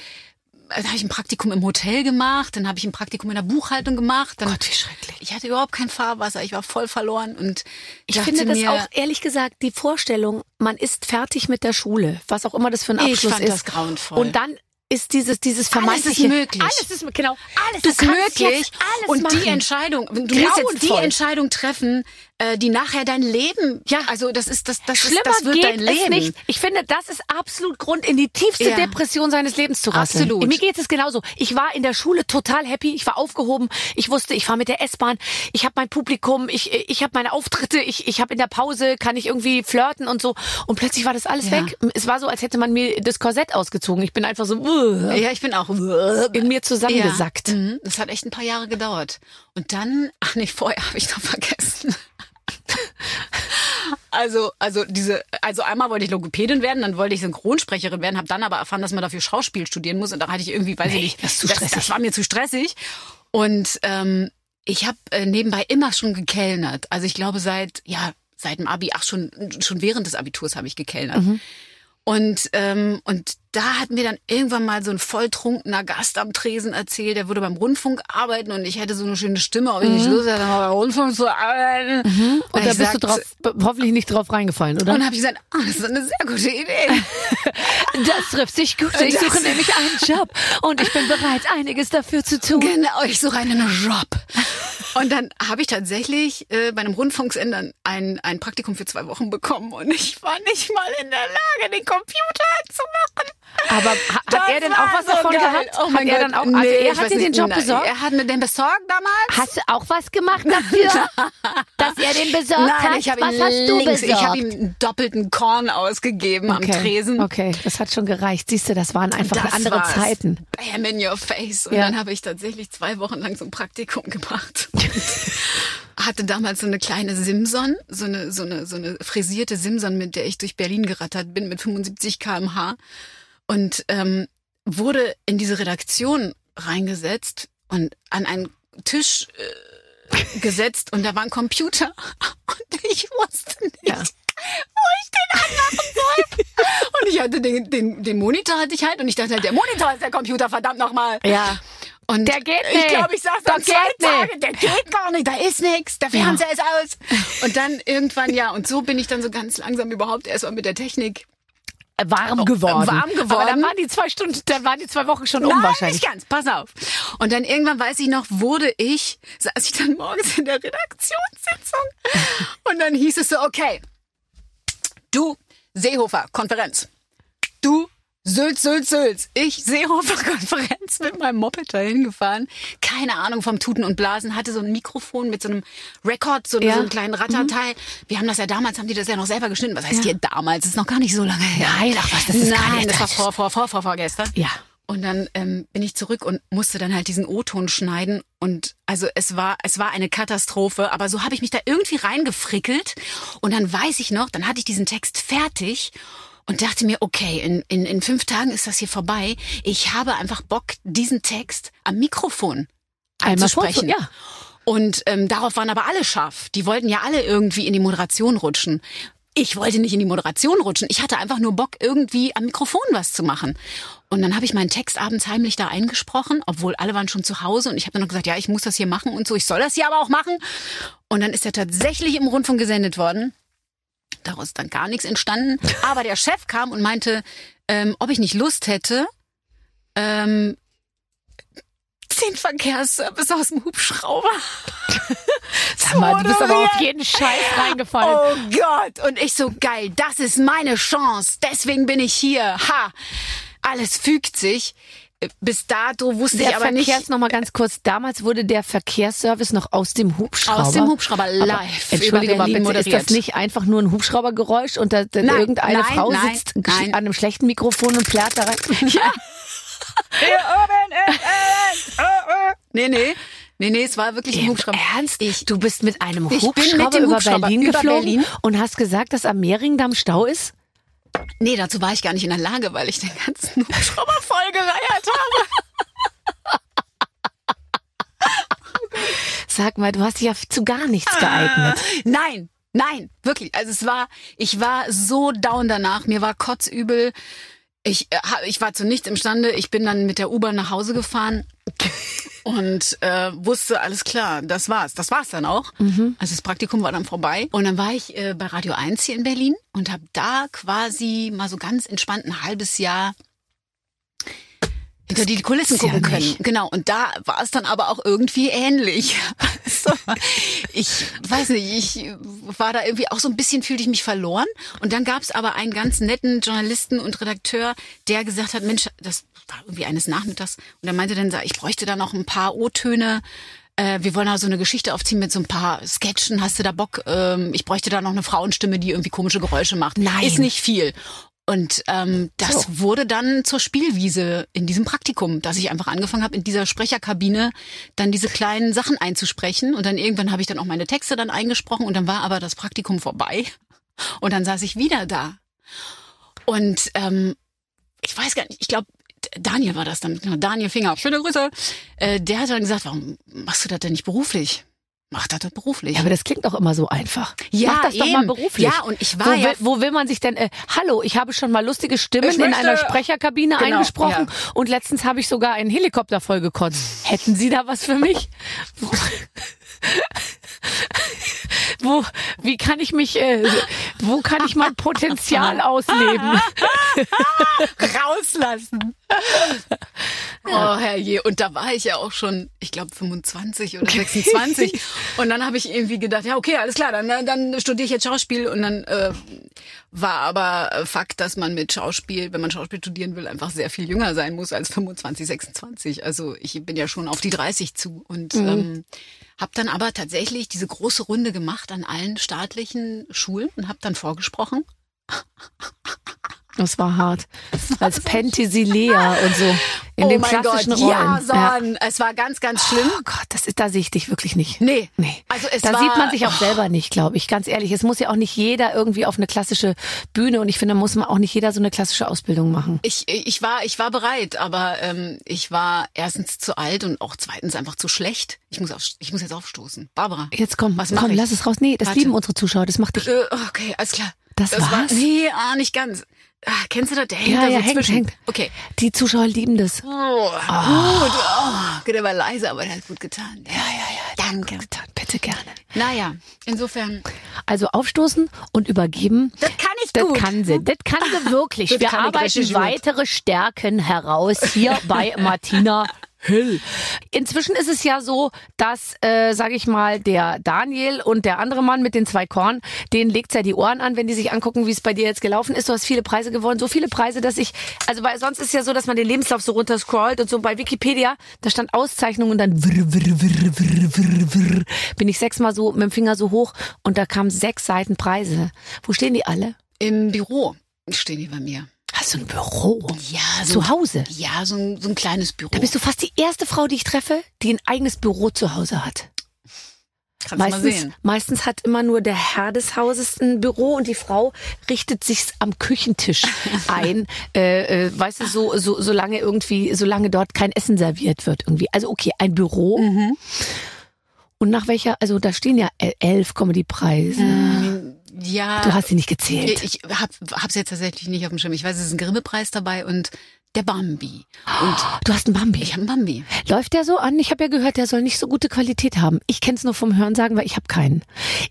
Speaker 4: dann habe ich ein Praktikum im Hotel gemacht, dann habe ich ein Praktikum in der Buchhaltung gemacht. Dann,
Speaker 2: Gott, wie schrecklich.
Speaker 4: ich hatte überhaupt kein Fahrwasser, ich war voll verloren und
Speaker 2: Ich
Speaker 4: dachte
Speaker 2: finde das
Speaker 4: mir,
Speaker 2: auch, ehrlich gesagt, die Vorstellung, man ist fertig mit der Schule, was auch immer das für ein
Speaker 4: Ich
Speaker 2: Abschluss
Speaker 4: fand
Speaker 2: ist.
Speaker 4: das grauenvoll.
Speaker 2: Und dann ist dieses, dieses
Speaker 4: Alles
Speaker 2: vermeintliche...
Speaker 4: ist möglich.
Speaker 2: Alles ist, genau, alles
Speaker 4: das ist
Speaker 2: du kannst
Speaker 4: möglich
Speaker 2: Jetzt alles
Speaker 4: und
Speaker 2: machen.
Speaker 4: die Entscheidung, du musst jetzt die
Speaker 2: Grauenvoll.
Speaker 4: Entscheidung treffen, äh, die nachher dein Leben,
Speaker 2: Ja.
Speaker 4: also das ist das, das, ist,
Speaker 2: Schlimmer
Speaker 4: das wird
Speaker 2: geht
Speaker 4: dein Leben.
Speaker 2: es nicht. Ich finde, das ist absolut Grund, in die tiefste
Speaker 4: Ja.
Speaker 2: Depression seines Lebens zu rasseln.
Speaker 4: Absolut.
Speaker 2: Mir geht es genauso. Ich war in der Schule total happy. Ich war aufgehoben. Ich wusste, ich fahre mit der S-Bahn. Ich habe mein Publikum. Ich, ich habe meine Auftritte. Ich, ich habe in der Pause, kann ich irgendwie flirten und so. Und plötzlich war das alles
Speaker 4: Ja.
Speaker 2: weg. Es war so, als hätte man mir das Korsett ausgezogen. Ich bin einfach so uh,
Speaker 4: Ja, ich bin auch
Speaker 2: in mir zusammengesackt.
Speaker 4: Ja. Mhm. Das hat echt ein paar Jahre gedauert. Und dann, ach nee, vorher habe ich noch vergessen. Also, also diese, also einmal wollte ich Logopädin werden, dann wollte ich Synchronsprecherin werden, habe dann aber erfahren, dass man dafür Schauspiel studieren muss und da hatte ich irgendwie, weiß
Speaker 2: Nee,
Speaker 4: ich nicht,
Speaker 2: das ist zu
Speaker 4: das,
Speaker 2: stressig.
Speaker 4: das war mir zu stressig. Und ähm, ich habe äh, nebenbei immer schon gekellnert. Also ich glaube seit, ja, seit dem Abi, ach schon, schon während des Abiturs habe ich gekellnert. Und, ähm, und da hat mir dann irgendwann mal so ein volltrunkener Gast am Tresen erzählt, der würde beim Rundfunk arbeiten und ich hätte so eine schöne Stimme, ob ich nicht Lust hätte, mal beim Rundfunk zu arbeiten.
Speaker 2: Mhm. Und da
Speaker 4: ich
Speaker 2: bist du
Speaker 4: sagte-
Speaker 2: drauf, ne? hoffentlich nicht drauf reingefallen, oder?
Speaker 4: Und habe ich gesagt, ah, das ist eine sehr gute Idee.
Speaker 2: Das trifft sich gut. Ich
Speaker 4: Das-
Speaker 2: suche nämlich einen Job und ich bin bereit, einiges dafür zu tun.
Speaker 4: Genau, ich suche einen Job. Und dann habe ich tatsächlich äh, bei einem Rundfunksender ein, ein Praktikum für zwei Wochen bekommen und ich war nicht mal in der Lage, den Computer zu machen.
Speaker 2: Aber ha-
Speaker 4: Das
Speaker 2: hat er denn
Speaker 4: war
Speaker 2: auch was
Speaker 4: so
Speaker 2: davon
Speaker 4: geil.
Speaker 2: gehabt?
Speaker 4: Oh
Speaker 2: hat
Speaker 4: mein
Speaker 2: er
Speaker 4: Gott.
Speaker 2: dann auch,
Speaker 4: nee,
Speaker 2: also er
Speaker 4: ich
Speaker 2: hat
Speaker 4: weiß
Speaker 2: dir den
Speaker 4: nicht.
Speaker 2: Job
Speaker 4: Nein,
Speaker 2: besorgt?
Speaker 4: Er hat mir den besorgt damals.
Speaker 5: Hast du auch was gemacht dafür, dass er den besorgt hat?
Speaker 4: ich habe
Speaker 5: was
Speaker 4: ihm
Speaker 5: hast du
Speaker 4: links,
Speaker 5: besorgt?
Speaker 4: ich habe ihm einen doppelten Korn ausgegeben am Tresen.
Speaker 2: Okay, das hat schon gereicht. Siehst du, das waren einfach
Speaker 4: Das
Speaker 2: andere
Speaker 4: war's.
Speaker 2: Zeiten.
Speaker 4: Bam in your face. Und
Speaker 2: Ja.
Speaker 4: dann habe ich tatsächlich zwei Wochen lang so ein Praktikum gemacht. Hatte damals so eine kleine Simson, so eine, so eine, so eine frisierte Simson, mit der ich durch Berlin gerattert bin, mit 75 kmh. Und ähm, wurde in diese Redaktion reingesetzt und an einen Tisch äh, gesetzt und da war ein Computer. Und ich wusste nicht,
Speaker 2: Ja.
Speaker 4: wo ich den anmachen soll. und ich hatte den, den, den Monitor hatte ich halt und ich dachte halt, der Monitor ist der Computer, verdammt nochmal.
Speaker 2: Ja.
Speaker 4: Und
Speaker 2: Der geht
Speaker 4: Ich
Speaker 2: nicht.
Speaker 4: glaube, ich sag's
Speaker 2: Der
Speaker 4: dann zwei
Speaker 2: geht
Speaker 4: Tage,
Speaker 2: nicht.
Speaker 4: der geht gar nicht, da ist nichts, der Fernseher ist aus. Und dann irgendwann, ja, und so bin ich dann so ganz langsam überhaupt erstmal mit der Technik
Speaker 2: Äh, Oh, Warm geworden.
Speaker 4: Warm geworden.
Speaker 2: Aber dann waren die zwei Stunden, dann waren die zwei Wochen schon um
Speaker 4: Nein,
Speaker 2: wahrscheinlich.
Speaker 4: nicht ganz, pass auf. Und dann irgendwann, weiß ich noch, wurde ich, saß ich dann morgens in der Redaktionssitzung und dann hieß es so, okay, du, Seehofer, Konferenz. Du, Sülz, Sülz, Sülz. Ich, Seehofer, Konferenz, mit meinem Moped dahin gefahren. Keine Ahnung vom Tuten und Blasen, hatte so ein Mikrofon mit so einem Rekord, so,
Speaker 2: Ja. Mhm.
Speaker 4: so einem kleinen Ratterteil. Wir haben das ja damals, haben die das ja noch selber geschnitten. Was heißt hier damals? Das ist noch gar nicht so lange her.
Speaker 2: Nein, ach was, das ist gar
Speaker 4: Nein,
Speaker 2: nicht-
Speaker 4: das war vor, vor, vor, vor, vorgestern.
Speaker 2: Ja.
Speaker 4: Und dann ähm, bin ich zurück und musste dann halt diesen O-Ton schneiden. Und also es war, es war eine Katastrophe, aber so habe ich mich da irgendwie reingefrickelt. Und dann weiß ich noch, dann hatte ich diesen Text fertig und dachte mir, okay, in, in, in fünf Tagen ist das hier vorbei. Ich habe einfach Bock, diesen Text am Mikrofon
Speaker 2: Einmal
Speaker 4: anzusprechen.
Speaker 2: kurz, ja.
Speaker 4: Und ähm, darauf waren aber alle scharf. Die wollten ja alle irgendwie in die Moderation rutschen. Ich wollte nicht in die Moderation rutschen. Ich hatte einfach nur Bock, irgendwie am Mikrofon was zu machen. Und dann habe ich meinen Text abends heimlich da eingesprochen, obwohl alle waren schon zu Hause. Und ich habe dann noch gesagt, ja, ich muss das hier machen und so. Ich soll das hier aber auch machen. Und dann ist er tatsächlich im Rundfunk gesendet worden. Daraus ist dann gar nichts entstanden. Aber der Chef kam und meinte, ähm, ob ich nicht Lust hätte, ähm, den Verkehrsservice aus dem Hubschrauber
Speaker 2: Sag mal, du bist aber auf
Speaker 4: moderieren.
Speaker 2: jeden Scheiß reingefallen.
Speaker 4: Oh Gott! Und ich so geil, das ist meine Chance. Deswegen bin ich hier. Ha! Alles fügt sich. Bis dato wusste ich
Speaker 2: Der
Speaker 4: aber nicht
Speaker 2: Verkehrs, noch mal ganz kurz, damals wurde der Verkehrsservice noch aus dem Hubschrauber.
Speaker 4: aus dem Hubschrauber
Speaker 2: Aber,
Speaker 4: live
Speaker 2: Entschuldige
Speaker 4: über
Speaker 2: mal
Speaker 4: Berlin
Speaker 2: bitte, ist das
Speaker 4: moderiert.
Speaker 2: nicht einfach nur ein Hubschraubergeräusch und da, da
Speaker 4: Nein,
Speaker 2: irgendeine
Speaker 4: nein,
Speaker 2: Frau
Speaker 4: nein,
Speaker 2: sitzt
Speaker 4: nein.
Speaker 2: an einem schlechten Mikrofon und plärrt da rein? Ja.
Speaker 4: Nee, nee. Nee, nee, es war wirklich ein
Speaker 2: Im
Speaker 4: Hubschrauber.
Speaker 2: Ernst?
Speaker 4: Ich-
Speaker 2: du bist mit einem
Speaker 4: Ich bin
Speaker 2: Hubschrauber,
Speaker 4: mit dem
Speaker 2: über
Speaker 4: Hubschrauber
Speaker 2: Berlin
Speaker 4: über
Speaker 2: geflogen
Speaker 4: Berlin.
Speaker 2: und hast gesagt, dass am Mehringdamm Stau ist?
Speaker 4: Nee, dazu war ich gar nicht in der Lage, weil ich den ganzen Hubschrauber voll gereiert habe.
Speaker 2: Sag mal, du hast dich ja zu gar nichts
Speaker 4: Ah.
Speaker 2: geeignet.
Speaker 4: Nein, nein, wirklich. Also es war, ich war so down danach. Mir war kotzübel. Ich, äh, ha- ich war zu nichts imstande. Ich bin dann mit der U-Bahn nach Hause gefahren und äh, wusste, alles klar, das war's. Das war's dann auch. Also das Praktikum war dann vorbei. Und dann war ich äh, bei Radio 1 hier in Berlin und habe da quasi mal so ganz entspannt ein halbes Jahr hinter die Kulissen
Speaker 2: gibt's ja
Speaker 4: gucken können.
Speaker 2: nicht.
Speaker 4: Genau. Und da war es dann aber auch irgendwie ähnlich. so, ich weiß nicht, ich war da irgendwie auch so ein bisschen, fühlte ich mich verloren. Und dann gab es aber einen ganz netten Journalisten und Redakteur, der gesagt hat, Mensch, das war irgendwie eines Nachmittags. Und er meinte dann, ich bräuchte da noch ein paar O-Töne. Äh, wir wollen da so eine Geschichte aufziehen mit so ein paar Sketchen. Hast du da Bock? Ähm, ich bräuchte da noch eine Frauenstimme, die irgendwie komische Geräusche macht.
Speaker 2: Nein.
Speaker 4: Ist nicht viel. Und ähm, das
Speaker 2: So.
Speaker 4: wurde dann zur Spielwiese in diesem Praktikum, dass ich einfach angefangen habe, in dieser Sprecherkabine dann diese kleinen Sachen einzusprechen. Und dann irgendwann habe ich dann auch meine Texte dann eingesprochen und dann war aber das Praktikum vorbei. Und dann saß ich wieder da. Und ähm, ich weiß gar nicht, ich glaube, Daniel war das dann, genau, Daniel Finger, schöne Grüße. Äh, der hat dann gesagt, warum machst du das denn nicht beruflich? Mach das doch beruflich.
Speaker 2: Ja, aber das klingt doch immer so einfach.
Speaker 4: Ja,
Speaker 2: Mach das doch mal
Speaker 4: eben.
Speaker 2: beruflich.
Speaker 4: Ja, und ich war
Speaker 2: wo,
Speaker 4: ja-
Speaker 2: will, wo will man sich denn? Äh, hallo, ich habe schon mal lustige Stimmen
Speaker 4: Ich
Speaker 2: in
Speaker 4: möchte-
Speaker 2: einer Sprecherkabine
Speaker 4: Genau,
Speaker 2: eingesprochen und letztens habe ich sogar einen Helikopter vollgekotzt. Hätten Sie da was für mich? Wo- Wo, wie kann ich mich, äh, wo kann ich mein Potenzial ausleben?
Speaker 4: rauslassen. Oh herrje, und da war ich ja auch schon, ich glaube 25 oder 26 und dann habe ich irgendwie gedacht, ja okay, alles klar, dann, dann studiere ich jetzt Schauspiel und dann äh, war aber äh, Fakt, dass man mit Schauspiel, wenn man Schauspiel studieren will, einfach sehr viel jünger sein muss als 25, 26. Also ich bin ja schon auf die 30 zu und
Speaker 2: Mhm.
Speaker 4: ähm, habe dann aber tatsächlich diese große Runde gemacht an allen staatlichen Schulen und habe dann vorgesprochen
Speaker 2: Das war hart. Als Penthesilea und so. In
Speaker 4: oh
Speaker 2: den
Speaker 4: mein
Speaker 2: klassischen
Speaker 4: Gott, Ja,
Speaker 2: Rollen.
Speaker 4: Son. Es war ganz, ganz schlimm.
Speaker 2: Oh Gott, das ist, da sehe ich dich wirklich nicht.
Speaker 4: Nee.
Speaker 2: Nee.
Speaker 4: Also es
Speaker 2: da
Speaker 4: war,
Speaker 2: sieht man sich auch selber nicht, glaube ich, ganz ehrlich. Es muss ja auch nicht jeder irgendwie auf eine klassische Bühne und ich finde, muss man auch nicht jeder so eine klassische Ausbildung machen.
Speaker 4: Ich, ich, war, ich war bereit, aber ähm, ich war erstens zu alt und auch zweitens einfach zu schlecht. Ich muss, auf, ich muss jetzt aufstoßen. Barbara.
Speaker 2: Jetzt komm,
Speaker 4: Was mach
Speaker 2: komm,
Speaker 4: ich?
Speaker 2: lass es raus. Nee, das
Speaker 4: Warte.
Speaker 2: lieben unsere Zuschauer, das macht dich.
Speaker 4: Äh, okay, alles klar.
Speaker 2: Das
Speaker 4: War,
Speaker 2: war's?
Speaker 4: nee, ah, nicht ganz. Ah, kennst du das? Der hängt
Speaker 2: Ja,
Speaker 4: da so
Speaker 2: ja, hängt,
Speaker 4: zwischen.
Speaker 2: hängt. Ah.
Speaker 4: Okay.
Speaker 2: Die Zuschauer lieben das.
Speaker 4: Oh, Gut. Oh, der war leise, aber der hat gut getan. Ja, ja, ja. Danke.
Speaker 2: Getan, bitte gerne.
Speaker 4: Naja, insofern.
Speaker 2: Also aufstoßen und übergeben.
Speaker 4: Das kann ich
Speaker 2: Das
Speaker 4: gut. Hm?
Speaker 2: kann sie, das kann sie wirklich.
Speaker 4: Das
Speaker 2: Wir
Speaker 4: kann ich
Speaker 2: arbeiten
Speaker 4: richtig gut.
Speaker 2: weitere Stärken heraus hier bei Martina Hill. Inzwischen ist es ja so, dass, äh, sage ich mal, der Daniel und der andere Mann mit den zwei Korn, denen legt's ja die Ohren an, wenn die sich angucken, wie es bei dir jetzt gelaufen ist. Du hast viele Preise gewonnen, so viele Preise, dass ich, also weil sonst ist ja so, dass man den Lebenslauf so runterscrollt und so bei Wikipedia, da stand Auszeichnung und dann wirr, wirr, wirr, wirr, wirr, wirr, bin ich sechsmal so mit dem Finger so hoch und da kamen sechs Seiten Preise. Wo stehen die alle?
Speaker 4: Im Büro stehen die bei mir.
Speaker 2: Hast du ein Büro?
Speaker 4: Ja, so,
Speaker 2: Zu Hause?
Speaker 4: ja, so, ein, so ein kleines Büro.
Speaker 2: Da bist du fast die erste Frau, die ich treffe, die ein eigenes Büro zu Hause hat.
Speaker 4: Kannst mal
Speaker 2: Meistens,
Speaker 4: sehen.
Speaker 2: meistens hat immer nur der Herr des Hauses ein Büro und die Frau richtet sich's am Küchentisch ein. äh, äh, weißt du, so, so, solange irgendwie, solange dort kein Essen serviert wird irgendwie. Also okay, ein Büro.
Speaker 4: Mhm.
Speaker 2: Und nach welcher, also da stehen ja el- elf Comedy-Preise.
Speaker 4: Ja.
Speaker 2: Ah. Du hast sie nicht gezählt.
Speaker 4: Ich ich hab, hab's jetzt tatsächlich nicht auf dem Schirm. Ich weiß, es ist ein Grimme-Preis dabei und der Bambi. Und
Speaker 2: Du hast einen Bambi.
Speaker 4: ich habe einen Bambi.
Speaker 2: Läuft der so an? Ich habe ja gehört, der soll nicht so gute Qualität haben. Ich kenne es nur vom Hören sagen, weil ich habe keinen.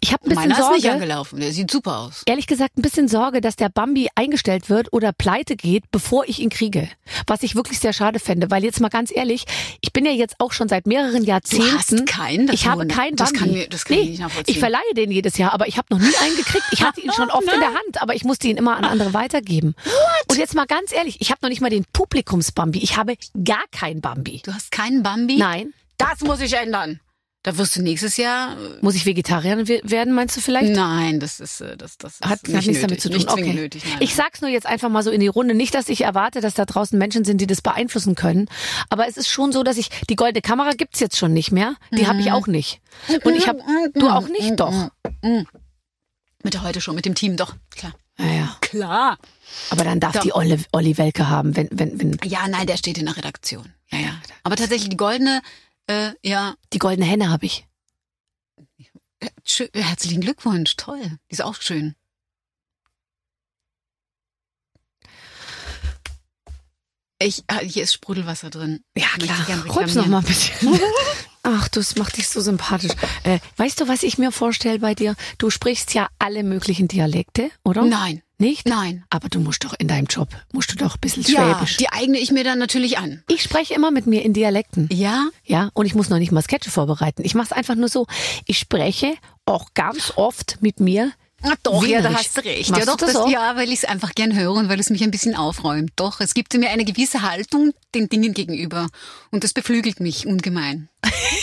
Speaker 2: Ich habe ein bisschen
Speaker 4: Meiner ist nicht
Speaker 2: Sorge,
Speaker 4: angelaufen. Der sieht super aus.
Speaker 2: ehrlich gesagt, ein bisschen Sorge, dass der Bambi eingestellt wird oder pleite geht, bevor ich ihn kriege. Was ich wirklich sehr schade fände, weil jetzt mal ganz ehrlich, ich bin ja jetzt auch schon seit mehreren Jahrzehnten.
Speaker 4: hast keinen? Das
Speaker 2: ich habe
Speaker 4: wundert-
Speaker 2: keinen Bambi.
Speaker 4: das kann mir- das kann ich
Speaker 2: Nee,
Speaker 4: nicht nachvollziehen.
Speaker 2: Ich verleihe den jedes Jahr, aber ich habe noch nie einen gekriegt. Ich hatte ihn schon oft in der Hand, aber ich musste ihn immer an andere weitergeben. Und jetzt mal ganz ehrlich, ich habe noch nicht mal den Publikums-Bambi. Ich habe gar keinen Bambi.
Speaker 4: Du hast keinen Bambi?
Speaker 2: Nein.
Speaker 4: Das muss ich ändern. Da wirst du nächstes Jahr. äh,
Speaker 2: Muss ich Vegetarier we- werden, meinst du vielleicht?
Speaker 4: Nein, das ist äh, das, das ist
Speaker 2: Hat, hat
Speaker 4: nicht
Speaker 2: nichts
Speaker 4: nötig.
Speaker 2: damit zu tun.
Speaker 4: Nicht zwingend
Speaker 2: okay.
Speaker 4: nötig. Nein.
Speaker 2: ich sag's nur jetzt einfach mal so in die Runde. Nicht, dass ich erwarte, dass da draußen Menschen sind, die das beeinflussen können. Aber es ist schon so, dass ich die goldene Kamera gibt's jetzt schon nicht mehr. Die hab habe ich auch nicht. Und ich
Speaker 4: Mm,
Speaker 2: habe du auch nicht, doch.
Speaker 4: mit der mm, heute schon mit dem Team doch klar.
Speaker 2: Naja,
Speaker 4: Klar.
Speaker 2: aber dann darf
Speaker 4: Doch.
Speaker 2: die Olli, Olli Welke haben, wenn wenn wenn
Speaker 4: Ja, nein, der steht in der Redaktion. Ja, ja. Aber tatsächlich die goldene. Äh, ja,
Speaker 2: die goldene Henne habe ich.
Speaker 4: Schö- herzlichen Glückwunsch. Toll. Die ist auch schön. Ich, ah, hier ist Sprudelwasser drin.
Speaker 2: Ja,
Speaker 4: Möchte ich gern
Speaker 2: klar. Rülps noch
Speaker 4: reklamieren.
Speaker 2: mal ein bisschen. Ach, das macht dich so sympathisch. Äh, weißt du, was ich mir vorstelle bei dir? Du sprichst ja alle möglichen Dialekte, oder?
Speaker 4: Nein,
Speaker 2: Nicht?
Speaker 4: nein.
Speaker 2: Aber du musst doch in deinem Job, musst du doch ein bisschen
Speaker 4: Ja,
Speaker 2: schwäbisch.
Speaker 4: die eigne ich mir dann natürlich an.
Speaker 2: ich spreche immer mit mir in Dialekten.
Speaker 4: Ja,
Speaker 2: Ja, und ich muss noch nicht mal Sketche vorbereiten. Ich mache es einfach nur so. Ich spreche auch ganz oft mit mir.
Speaker 4: Ah, doch, ja, da
Speaker 2: Wienerich.
Speaker 4: hast du recht.
Speaker 2: Machst
Speaker 4: ja, doch,
Speaker 2: du das auch?
Speaker 4: ja, weil ich es einfach gern höre und weil es mich ein bisschen aufräumt. Doch, es gibt mir eine gewisse Haltung den Dingen gegenüber. Und das beflügelt mich ungemein.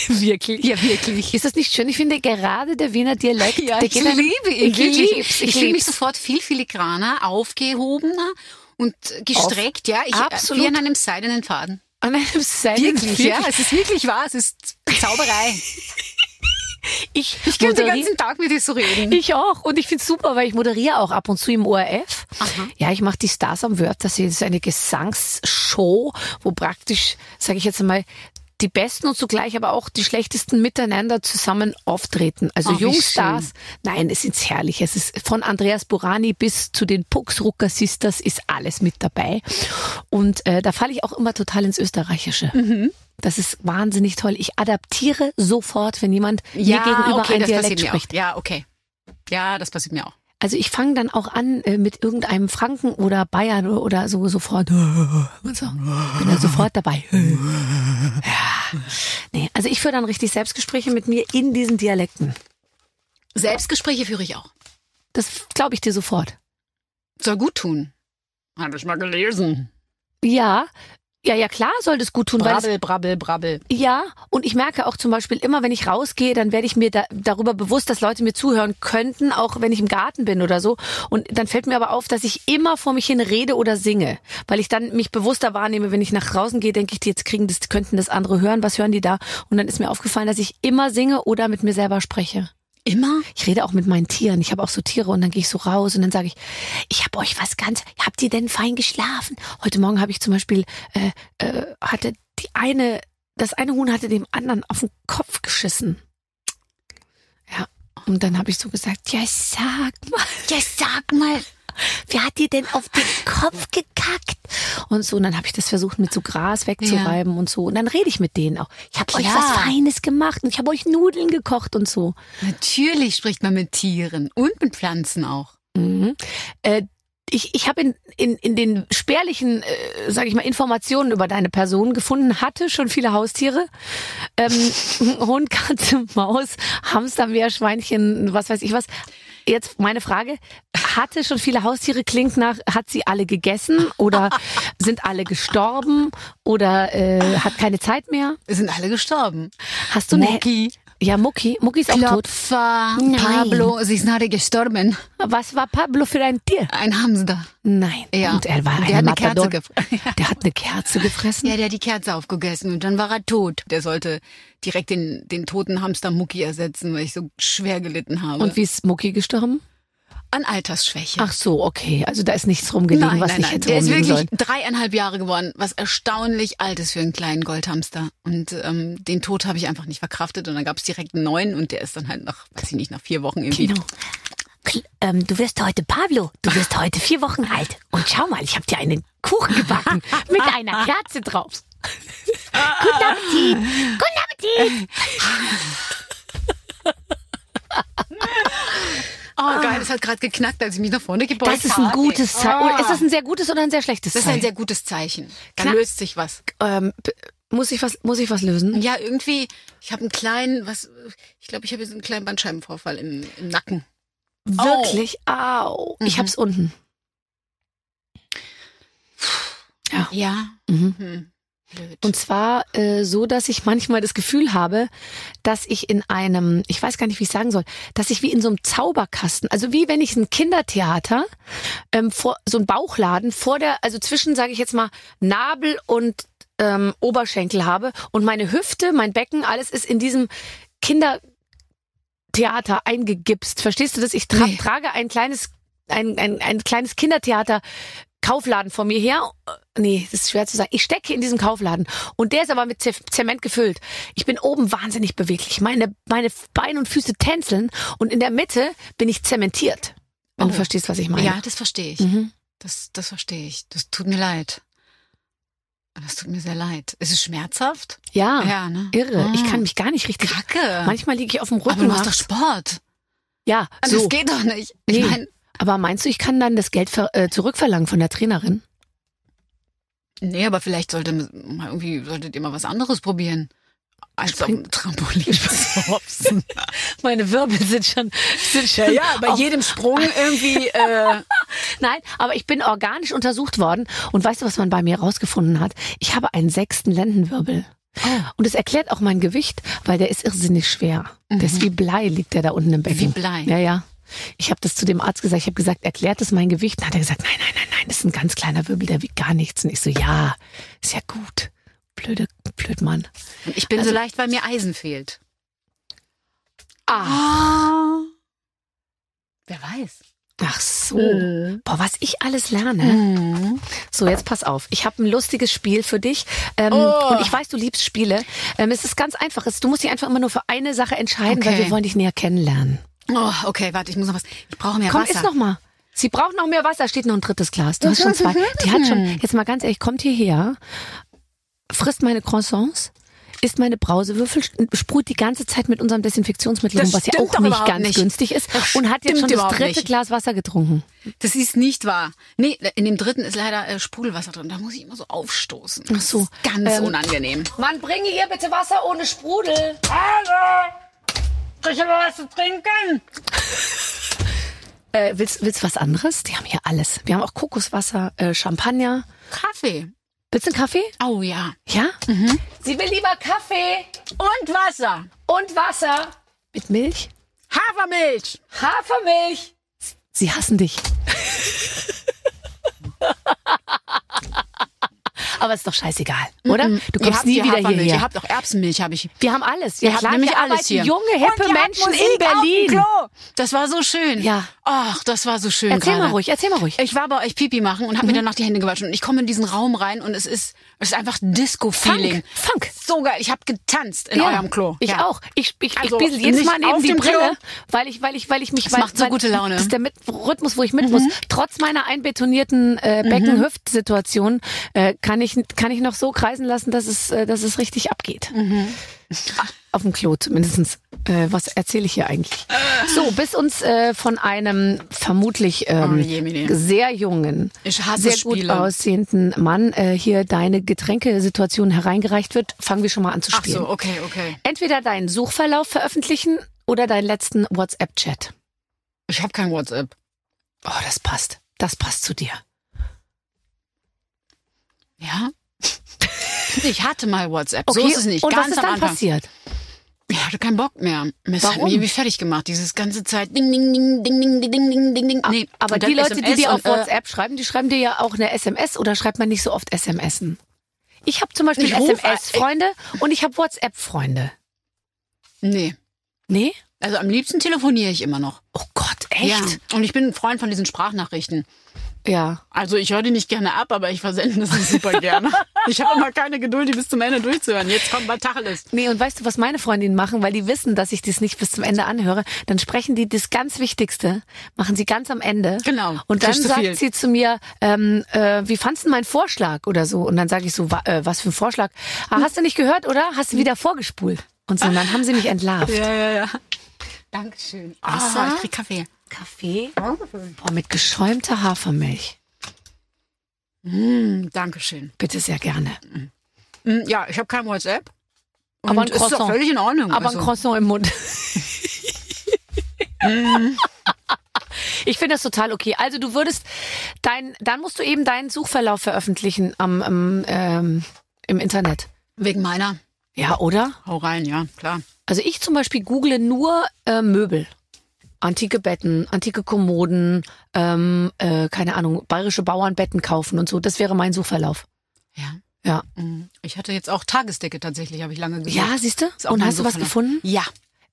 Speaker 2: Wirklich? Ja,
Speaker 4: Ja, wirklich.
Speaker 2: ist das nicht schön? Ich finde gerade der Wiener Dialekt,
Speaker 4: Ja,
Speaker 2: der
Speaker 4: ich
Speaker 2: geht einem-
Speaker 4: liebe ihn.
Speaker 2: Ich
Speaker 4: wirklich.
Speaker 2: lieb's,
Speaker 4: ich
Speaker 2: ich
Speaker 4: fühle mich
Speaker 2: lieb's.
Speaker 4: sofort viel filigraner, aufgehobener und gestreckt. ja, ich, äh,
Speaker 2: Absolut.
Speaker 4: Wie an einem seidenen Faden.
Speaker 2: An einem Seil.
Speaker 4: Wirklich, ja, es ist wirklich wahr. Es ist Zauberei.
Speaker 2: Ich,
Speaker 4: Ich könnte den
Speaker 2: moderiere-
Speaker 4: ganzen Tag mit dir so reden.
Speaker 2: Ich auch. Und ich find's super, weil ich moderiere auch ab und zu im ORF. Ja, ich mache die Stars am Wörth. Das ist eine Gesangsshow, wo praktisch, sage ich jetzt einmal, die Besten und zugleich aber auch die Schlechtesten miteinander zusammen auftreten. Also
Speaker 4: Ach, wie
Speaker 2: Jungstars. Nein, es ist herrlich. Es ist von Andreas Burani bis zu den Pucksrucker Sisters ist alles mit dabei. Und äh, da falle ich auch immer total ins Österreichische.
Speaker 4: Mhm.
Speaker 2: Das ist wahnsinnig toll. Ich adaptiere sofort, wenn jemand mir gegenüber
Speaker 4: okay,
Speaker 2: einen
Speaker 4: das
Speaker 2: Dialekt
Speaker 4: passiert mir
Speaker 2: spricht.
Speaker 4: auch. Ja, okay. Ja, das passiert mir auch.
Speaker 2: Also ich fange dann auch an äh, mit irgendeinem Franken oder Bayern o- oder so sofort. äh, Und so. Bin dann sofort dabei. Ja. Nee, also ich führe dann richtig Selbstgespräche mit mir in diesen Dialekten.
Speaker 4: Selbstgespräche führe ich auch.
Speaker 2: Das glaube ich dir sofort.
Speaker 4: Soll gut tun. Habe ich mal gelesen.
Speaker 2: Ja, ja, ja, klar soll das gut tun, weil es
Speaker 4: Brabbel, brabbel, brabbel.
Speaker 2: Ja, und ich merke auch zum Beispiel immer, wenn ich rausgehe, dann werde ich mir da, darüber bewusst, dass Leute mir zuhören könnten, auch wenn ich im Garten bin oder so. Und dann fällt mir aber auf, dass ich immer vor mich hin rede oder singe, weil ich dann mich bewusster wahrnehme, wenn ich nach draußen gehe, denke ich, die jetzt kriegen das, könnten das andere hören, was hören die da? Und dann ist mir aufgefallen, dass ich immer singe oder mit mir selber spreche.
Speaker 4: Immer?
Speaker 2: Ich rede auch mit meinen Tieren. Ich habe auch so Tiere und dann gehe ich so raus und dann sage ich, ich habe euch was ganz, habt ihr denn fein geschlafen? Heute Morgen habe ich zum Beispiel, äh, äh, hatte die eine, das eine Huhn hatte dem anderen auf den Kopf geschissen. Ja. Und dann habe ich so gesagt, ja sag mal,
Speaker 4: Ja, sag mal.
Speaker 2: wer hat dir denn auf den Kopf gekackt? Und so, und dann habe ich das versucht, mit so Gras wegzureiben und so. Und dann rede ich mit denen auch. Ich habe euch
Speaker 4: Klar.
Speaker 2: was Feines gemacht und ich habe euch Nudeln gekocht und so.
Speaker 4: Natürlich spricht man mit Tieren und mit Pflanzen auch.
Speaker 2: Mhm. Äh, ich ich habe in, in, in den spärlichen, äh, sage ich mal, Informationen über deine Person gefunden, hatte schon viele Haustiere. Ähm, Hund, Katze, Maus, Hamster, Meerschweinchen, was weiß ich was. Jetzt meine Frage, hatte schon viele Haustiere, klingt nach, hat sie alle gegessen oder sind alle gestorben oder äh, hat keine Zeit mehr?
Speaker 4: Es sind alle gestorben.
Speaker 2: Hast du eine... Ja, Mucki. Mucki ist auch tot.
Speaker 4: Klopfer,
Speaker 2: Nein.
Speaker 4: Pablo, sie sind alle gestorben.
Speaker 2: Was war Pablo für ein Tier?
Speaker 4: Ein Hamster.
Speaker 2: Nein.
Speaker 4: Ja.
Speaker 2: Und er war
Speaker 4: Der
Speaker 2: eine
Speaker 4: hat eine Kerze
Speaker 2: Matador.
Speaker 4: gefressen.
Speaker 2: Der hat eine Kerze gefressen.
Speaker 4: Ja, der hat die Kerze aufgegessen und dann war er tot. Der sollte direkt den, den toten Hamster Mucki ersetzen, weil ich so schwer gelitten habe.
Speaker 2: Und wie ist Mucki gestorben?
Speaker 4: An Altersschwäche.
Speaker 2: Ach so, okay. Also da ist nichts rumgelegen, was nicht hätte
Speaker 4: Der ist
Speaker 2: rumliegen
Speaker 4: wirklich
Speaker 2: sollen.
Speaker 4: dreieinhalb Jahre geworden, was erstaunlich alt ist für einen kleinen Goldhamster. Und ähm, den Tod habe ich einfach nicht verkraftet und dann gab es direkt einen neuen und der ist dann halt nach, weiß ich nicht, nach vier Wochen irgendwie.
Speaker 2: Genau. Kl- Ähm, du wirst heute Pablo, du wirst heute vier Wochen alt. Und schau mal, ich habe dir einen Kuchen gebacken mit einer Kerze drauf. Guten Appetit! Guten Appetit!
Speaker 4: Oh geil, das hat gerade geknackt, als ich mich nach vorne gebeugt habe.
Speaker 2: Ah. Das ist ein gutes Zeichen. Oder Ist das ein sehr gutes oder ein sehr schlechtes
Speaker 4: Das ist
Speaker 2: Zeichen?
Speaker 4: ein sehr gutes Zeichen. Da
Speaker 2: Knack.
Speaker 4: löst sich was.
Speaker 2: ähm, b- muss ich was, muss ich was lösen?
Speaker 4: Ja, irgendwie, ich habe einen kleinen, was, ich glaube, ich habe jetzt einen kleinen Bandscheibenvorfall im, im Nacken.
Speaker 2: Wirklich? Au. Ich
Speaker 4: Mhm.
Speaker 2: hab's unten.
Speaker 4: Ja.
Speaker 2: Mhm.
Speaker 4: Hm. Blöd.
Speaker 2: Und zwar äh, so, dass ich manchmal das Gefühl habe, dass ich in einem, ich weiß gar nicht, wie ich sagen soll, dass ich wie in so einem Zauberkasten, also wie wenn ich ein Kindertheater, ähm, vor, so ein Bauchladen vor der, also zwischen, sage ich jetzt mal, Nabel und ähm, Oberschenkel habe und meine Hüfte, mein Becken, alles ist in diesem Kindertheater eingegipst. Verstehst du das? Ich tra
Speaker 4: Nee.
Speaker 2: trage ein kleines, ein, ein, ein kleines Kindertheater. Kaufladen vor mir her. Äh, Nee, das ist schwer zu sagen. Ich stecke in diesem Kaufladen und der ist aber mit Zef- Zement gefüllt. Ich bin oben wahnsinnig beweglich. Meine, meine Beine und Füße tänzeln und in der Mitte bin ich zementiert. Wenn du
Speaker 4: Oh.
Speaker 2: verstehst, was ich meine.
Speaker 4: ja, das verstehe ich.
Speaker 2: Mhm.
Speaker 4: Das, das verstehe ich. Das tut mir leid. Das tut mir sehr leid. Ist es schmerzhaft?
Speaker 2: Ja,
Speaker 4: Ja, ne?
Speaker 2: irre.
Speaker 4: Ah.
Speaker 2: Ich kann mich gar nicht richtig.
Speaker 4: Kacke.
Speaker 2: Manchmal liege ich auf dem Rücken.
Speaker 4: Aber du machst
Speaker 2: hab-
Speaker 4: doch Sport.
Speaker 2: ja, so.
Speaker 4: Das geht doch nicht. Ich
Speaker 2: Nee.
Speaker 4: meine,
Speaker 2: Aber meinst du, ich kann dann das Geld ver äh, zurückverlangen von der Trainerin?
Speaker 4: nee, aber vielleicht sollte mal irgendwie solltet ihr mal was anderes probieren. Als auf
Speaker 2: Spring-
Speaker 4: dem Trampolin zu hopsen.
Speaker 2: Meine Wirbel sind schon, sind schon auf-
Speaker 4: jedem Sprung irgendwie. Äh,
Speaker 2: Nein, aber ich bin organisch untersucht worden. Und weißt du, was man bei mir rausgefunden hat? Ich habe einen sechsten Lendenwirbel.
Speaker 4: Oh.
Speaker 2: Und es erklärt auch mein Gewicht, weil der ist irrsinnig schwer. Das ist wie Blei, liegt der da unten im Becken.
Speaker 4: Mhm. Wie Blei?
Speaker 2: Ja, ja. Ich habe das zu dem Arzt gesagt. Ich habe gesagt, erklärt das mein Gewicht? Dann hat er gesagt, nein, nein, nein, nein, das ist ein ganz kleiner Wirbel, der wiegt gar nichts. Und ich so, ja, ist ja gut. Blöde, blöd Mann.
Speaker 4: Und ich bin
Speaker 2: Also-
Speaker 4: so leicht, weil mir Eisen fehlt.
Speaker 2: Ah.
Speaker 4: Wer weiß.
Speaker 2: Ach so.
Speaker 4: Äh.
Speaker 2: Boah, was ich alles lerne.
Speaker 4: Mhm.
Speaker 2: Mhm. So, jetzt pass auf. Ich habe ein lustiges Spiel für dich. Ähm,
Speaker 4: Oh.
Speaker 2: Und ich weiß, du liebst Spiele. Ähm, es ist ganz einfach. Es- Du musst dich einfach immer nur für eine Sache entscheiden, weil
Speaker 4: Okay.
Speaker 2: wir wollen dich näher kennenlernen.
Speaker 4: Oh, okay, warte, ich muss noch was. Ich brauche mehr
Speaker 2: Komm,
Speaker 4: Wasser.
Speaker 2: isst noch mal. Sie braucht noch mehr Wasser. Steht noch ein drittes Glas. Du hast schon zwei. Die hat schon, jetzt mal ganz ehrlich, kommt hierher, frisst meine Croissants, isst meine Brausewürfel, sch- sprüht die ganze Zeit mit unserem Desinfektionsmittel
Speaker 4: Das
Speaker 2: rum, was ja
Speaker 4: stimmt
Speaker 2: auch
Speaker 4: doch
Speaker 2: nicht
Speaker 4: überhaupt
Speaker 2: ganz
Speaker 4: nicht.
Speaker 2: günstig ist.
Speaker 4: Das
Speaker 2: und hat jetzt
Speaker 4: stimmt
Speaker 2: schon das
Speaker 4: überhaupt
Speaker 2: dritte
Speaker 4: nicht.
Speaker 2: Glas Wasser getrunken.
Speaker 4: Das ist nicht wahr. Nee, in dem dritten ist leider äh, Sprudelwasser drin. Da muss ich immer so aufstoßen. Ach
Speaker 2: so.
Speaker 4: Das ist ganz
Speaker 2: Ähm,
Speaker 4: unangenehm.
Speaker 2: Mann, bringe ihr bitte Wasser ohne Sprudel.
Speaker 6: Ich habe was zu trinken.
Speaker 2: Äh, willst, willst was anderes? Die haben hier alles. Wir haben auch Kokoswasser, äh, Champagner.
Speaker 4: Kaffee.
Speaker 2: Willst du einen Kaffee?
Speaker 4: Oh ja.
Speaker 2: Ja?
Speaker 5: Sie will lieber Kaffee
Speaker 4: Und Wasser.
Speaker 5: und Wasser.
Speaker 2: Mit Milch?
Speaker 4: Hafermilch.
Speaker 5: Hafermilch.
Speaker 2: Sie hassen dich. Aber ist doch scheißegal, oder? Du
Speaker 4: Ihr
Speaker 2: kommst
Speaker 4: habt
Speaker 2: nie
Speaker 4: hier
Speaker 2: wieder
Speaker 4: Hafermilch.
Speaker 2: hierher.
Speaker 4: Ihr habt auch Erbsenmilch, habe ich.
Speaker 2: wir haben alles. Ja,
Speaker 4: habt
Speaker 2: klar,
Speaker 4: nämlich
Speaker 2: wir
Speaker 4: alles
Speaker 2: arbeiten
Speaker 4: hier.
Speaker 2: junge, hippe Menschen in Berlin.
Speaker 4: Das war so schön.
Speaker 2: Ja.
Speaker 4: Ach, das war so schön
Speaker 2: Erzähl mal
Speaker 4: gerade.
Speaker 2: ruhig, erzähl mal ruhig. Mhm.
Speaker 4: Ich war bei euch Pipi machen und habe mir danach die Hände gewaschen. Und ich komme in diesen Raum rein und es ist, es ist einfach Disco-Feeling.
Speaker 2: Funk, Funk.
Speaker 4: So geil. Ich habe getanzt in eurem Klo.
Speaker 2: Ich
Speaker 4: Ja.
Speaker 2: auch. Ich, ich,
Speaker 4: Also,
Speaker 2: ich biesel jedes
Speaker 4: nicht
Speaker 2: Mal neben
Speaker 4: auf
Speaker 2: die
Speaker 4: dem Klo.
Speaker 2: Brille, weil ich, weil ich, weil ich mich. weil,
Speaker 4: macht so
Speaker 2: weil,
Speaker 4: gute Laune. Mhm.
Speaker 2: Das ist der mit Rhythmus, wo ich mit muss. Trotz meiner einbetonierten äh, Becken-Hüft-Situation äh, kann ich kann ich noch so kreisen lassen, dass es äh, dass es richtig abgeht.
Speaker 4: Mhm.
Speaker 2: Auf dem Klo zumindestens. Äh, was erzähle ich hier eigentlich? So, bis uns äh, von einem vermutlich
Speaker 4: Oh,
Speaker 2: ähm,
Speaker 4: Jemine.
Speaker 2: sehr jungen,
Speaker 4: Ich hasse
Speaker 2: sehr gut
Speaker 4: Spiele.
Speaker 2: aussehenden Mann äh, hier deine Getränkesituation hereingereicht wird, fangen wir schon mal an zu
Speaker 4: Ach
Speaker 2: spielen
Speaker 4: so, okay, okay.
Speaker 2: entweder deinen Suchverlauf veröffentlichen oder deinen letzten WhatsApp-Chat.
Speaker 4: Ich habe kein WhatsApp.
Speaker 2: Oh, das passt. Das passt zu dir.
Speaker 4: Ja? Ich hatte mal WhatsApp. So ist es nicht.
Speaker 2: Und
Speaker 4: Ganz
Speaker 2: was ist
Speaker 4: am
Speaker 2: dann
Speaker 4: Anfang.
Speaker 2: passiert?
Speaker 4: Ich hatte keinen Bock mehr. Es hat
Speaker 2: Warum?
Speaker 4: mich irgendwie fertig gemacht. Dieses ganze Zeit. Ding, ding, ding, ding, ding, ding, ding, ding, ding, ding. Nee,
Speaker 2: Ah, Aber
Speaker 4: und dann
Speaker 2: die Leute, die
Speaker 4: SMS
Speaker 2: dir auf
Speaker 4: und, äh,
Speaker 2: WhatsApp schreiben, die schreiben dir ja auch eine SMS oder schreibt man nicht so oft SMSen. Ich habe zum Beispiel
Speaker 4: Ich ruf-
Speaker 2: SMS-Freunde und ich habe WhatsApp-Freunde.
Speaker 4: Nee.
Speaker 2: Nee?
Speaker 4: Also am liebsten telefoniere ich immer noch.
Speaker 2: Oh Gott, echt?
Speaker 4: Ja. Und ich bin ein Freund von diesen Sprachnachrichten.
Speaker 2: Ja.
Speaker 4: Also ich höre die nicht gerne ab, aber ich versende das super gerne. Ich habe immer keine Geduld, die bis zum Ende durchzuhören. Jetzt kommt mal Tacheles.
Speaker 2: Nee, und weißt du, was meine Freundinnen machen, weil die wissen, dass ich das nicht bis zum Ende anhöre, dann sprechen die das ganz Wichtigste, machen sie ganz am Ende.
Speaker 4: Genau,
Speaker 2: Und dann
Speaker 4: kriegst du
Speaker 2: sagt
Speaker 4: viel.
Speaker 2: sie zu mir, ähm, äh, wie fandst du meinen Vorschlag oder so? Und dann sage ich so, wa äh, was für ein Vorschlag? Ah, hast du nicht gehört, oder? Hast du wieder vorgespult? Und so, und dann haben sie mich entlarvt.
Speaker 4: ja, ja. Dankeschön. Ah, ich krieg Kaffee.
Speaker 2: Kaffee? Boah, Oh, mit geschäumter Hafermilch.
Speaker 4: Mm, Dankeschön.
Speaker 2: Bitte sehr gerne.
Speaker 4: Mm, ja, ich habe kein WhatsApp. Und
Speaker 2: Aber ein
Speaker 4: ist doch
Speaker 2: Croissant.
Speaker 4: völlig in Ordnung.
Speaker 2: Aber
Speaker 4: also.
Speaker 2: ein Croissant im Mund. Ich finde das total okay. Also du würdest dein, dann musst du eben deinen Suchverlauf veröffentlichen am, am ähm, im Internet.
Speaker 4: Wegen meiner.
Speaker 2: Ja, oder?
Speaker 4: Hau rein, ja, klar.
Speaker 2: Also ich zum Beispiel google nur äh, Möbel. Antike Betten, antike Kommoden, ähm, äh, keine Ahnung, bayerische Bauernbetten kaufen und so. Das wäre mein Suchverlauf.
Speaker 4: Ja.
Speaker 2: Ja.
Speaker 4: Mm. Ich hatte jetzt auch Tagesdecke tatsächlich, habe ich lange gesucht.
Speaker 2: Ja, siehst du?
Speaker 4: Ist auch
Speaker 2: Und
Speaker 4: mein
Speaker 2: hast du was
Speaker 4: Suchverlauf.
Speaker 2: gefunden?
Speaker 4: Ja.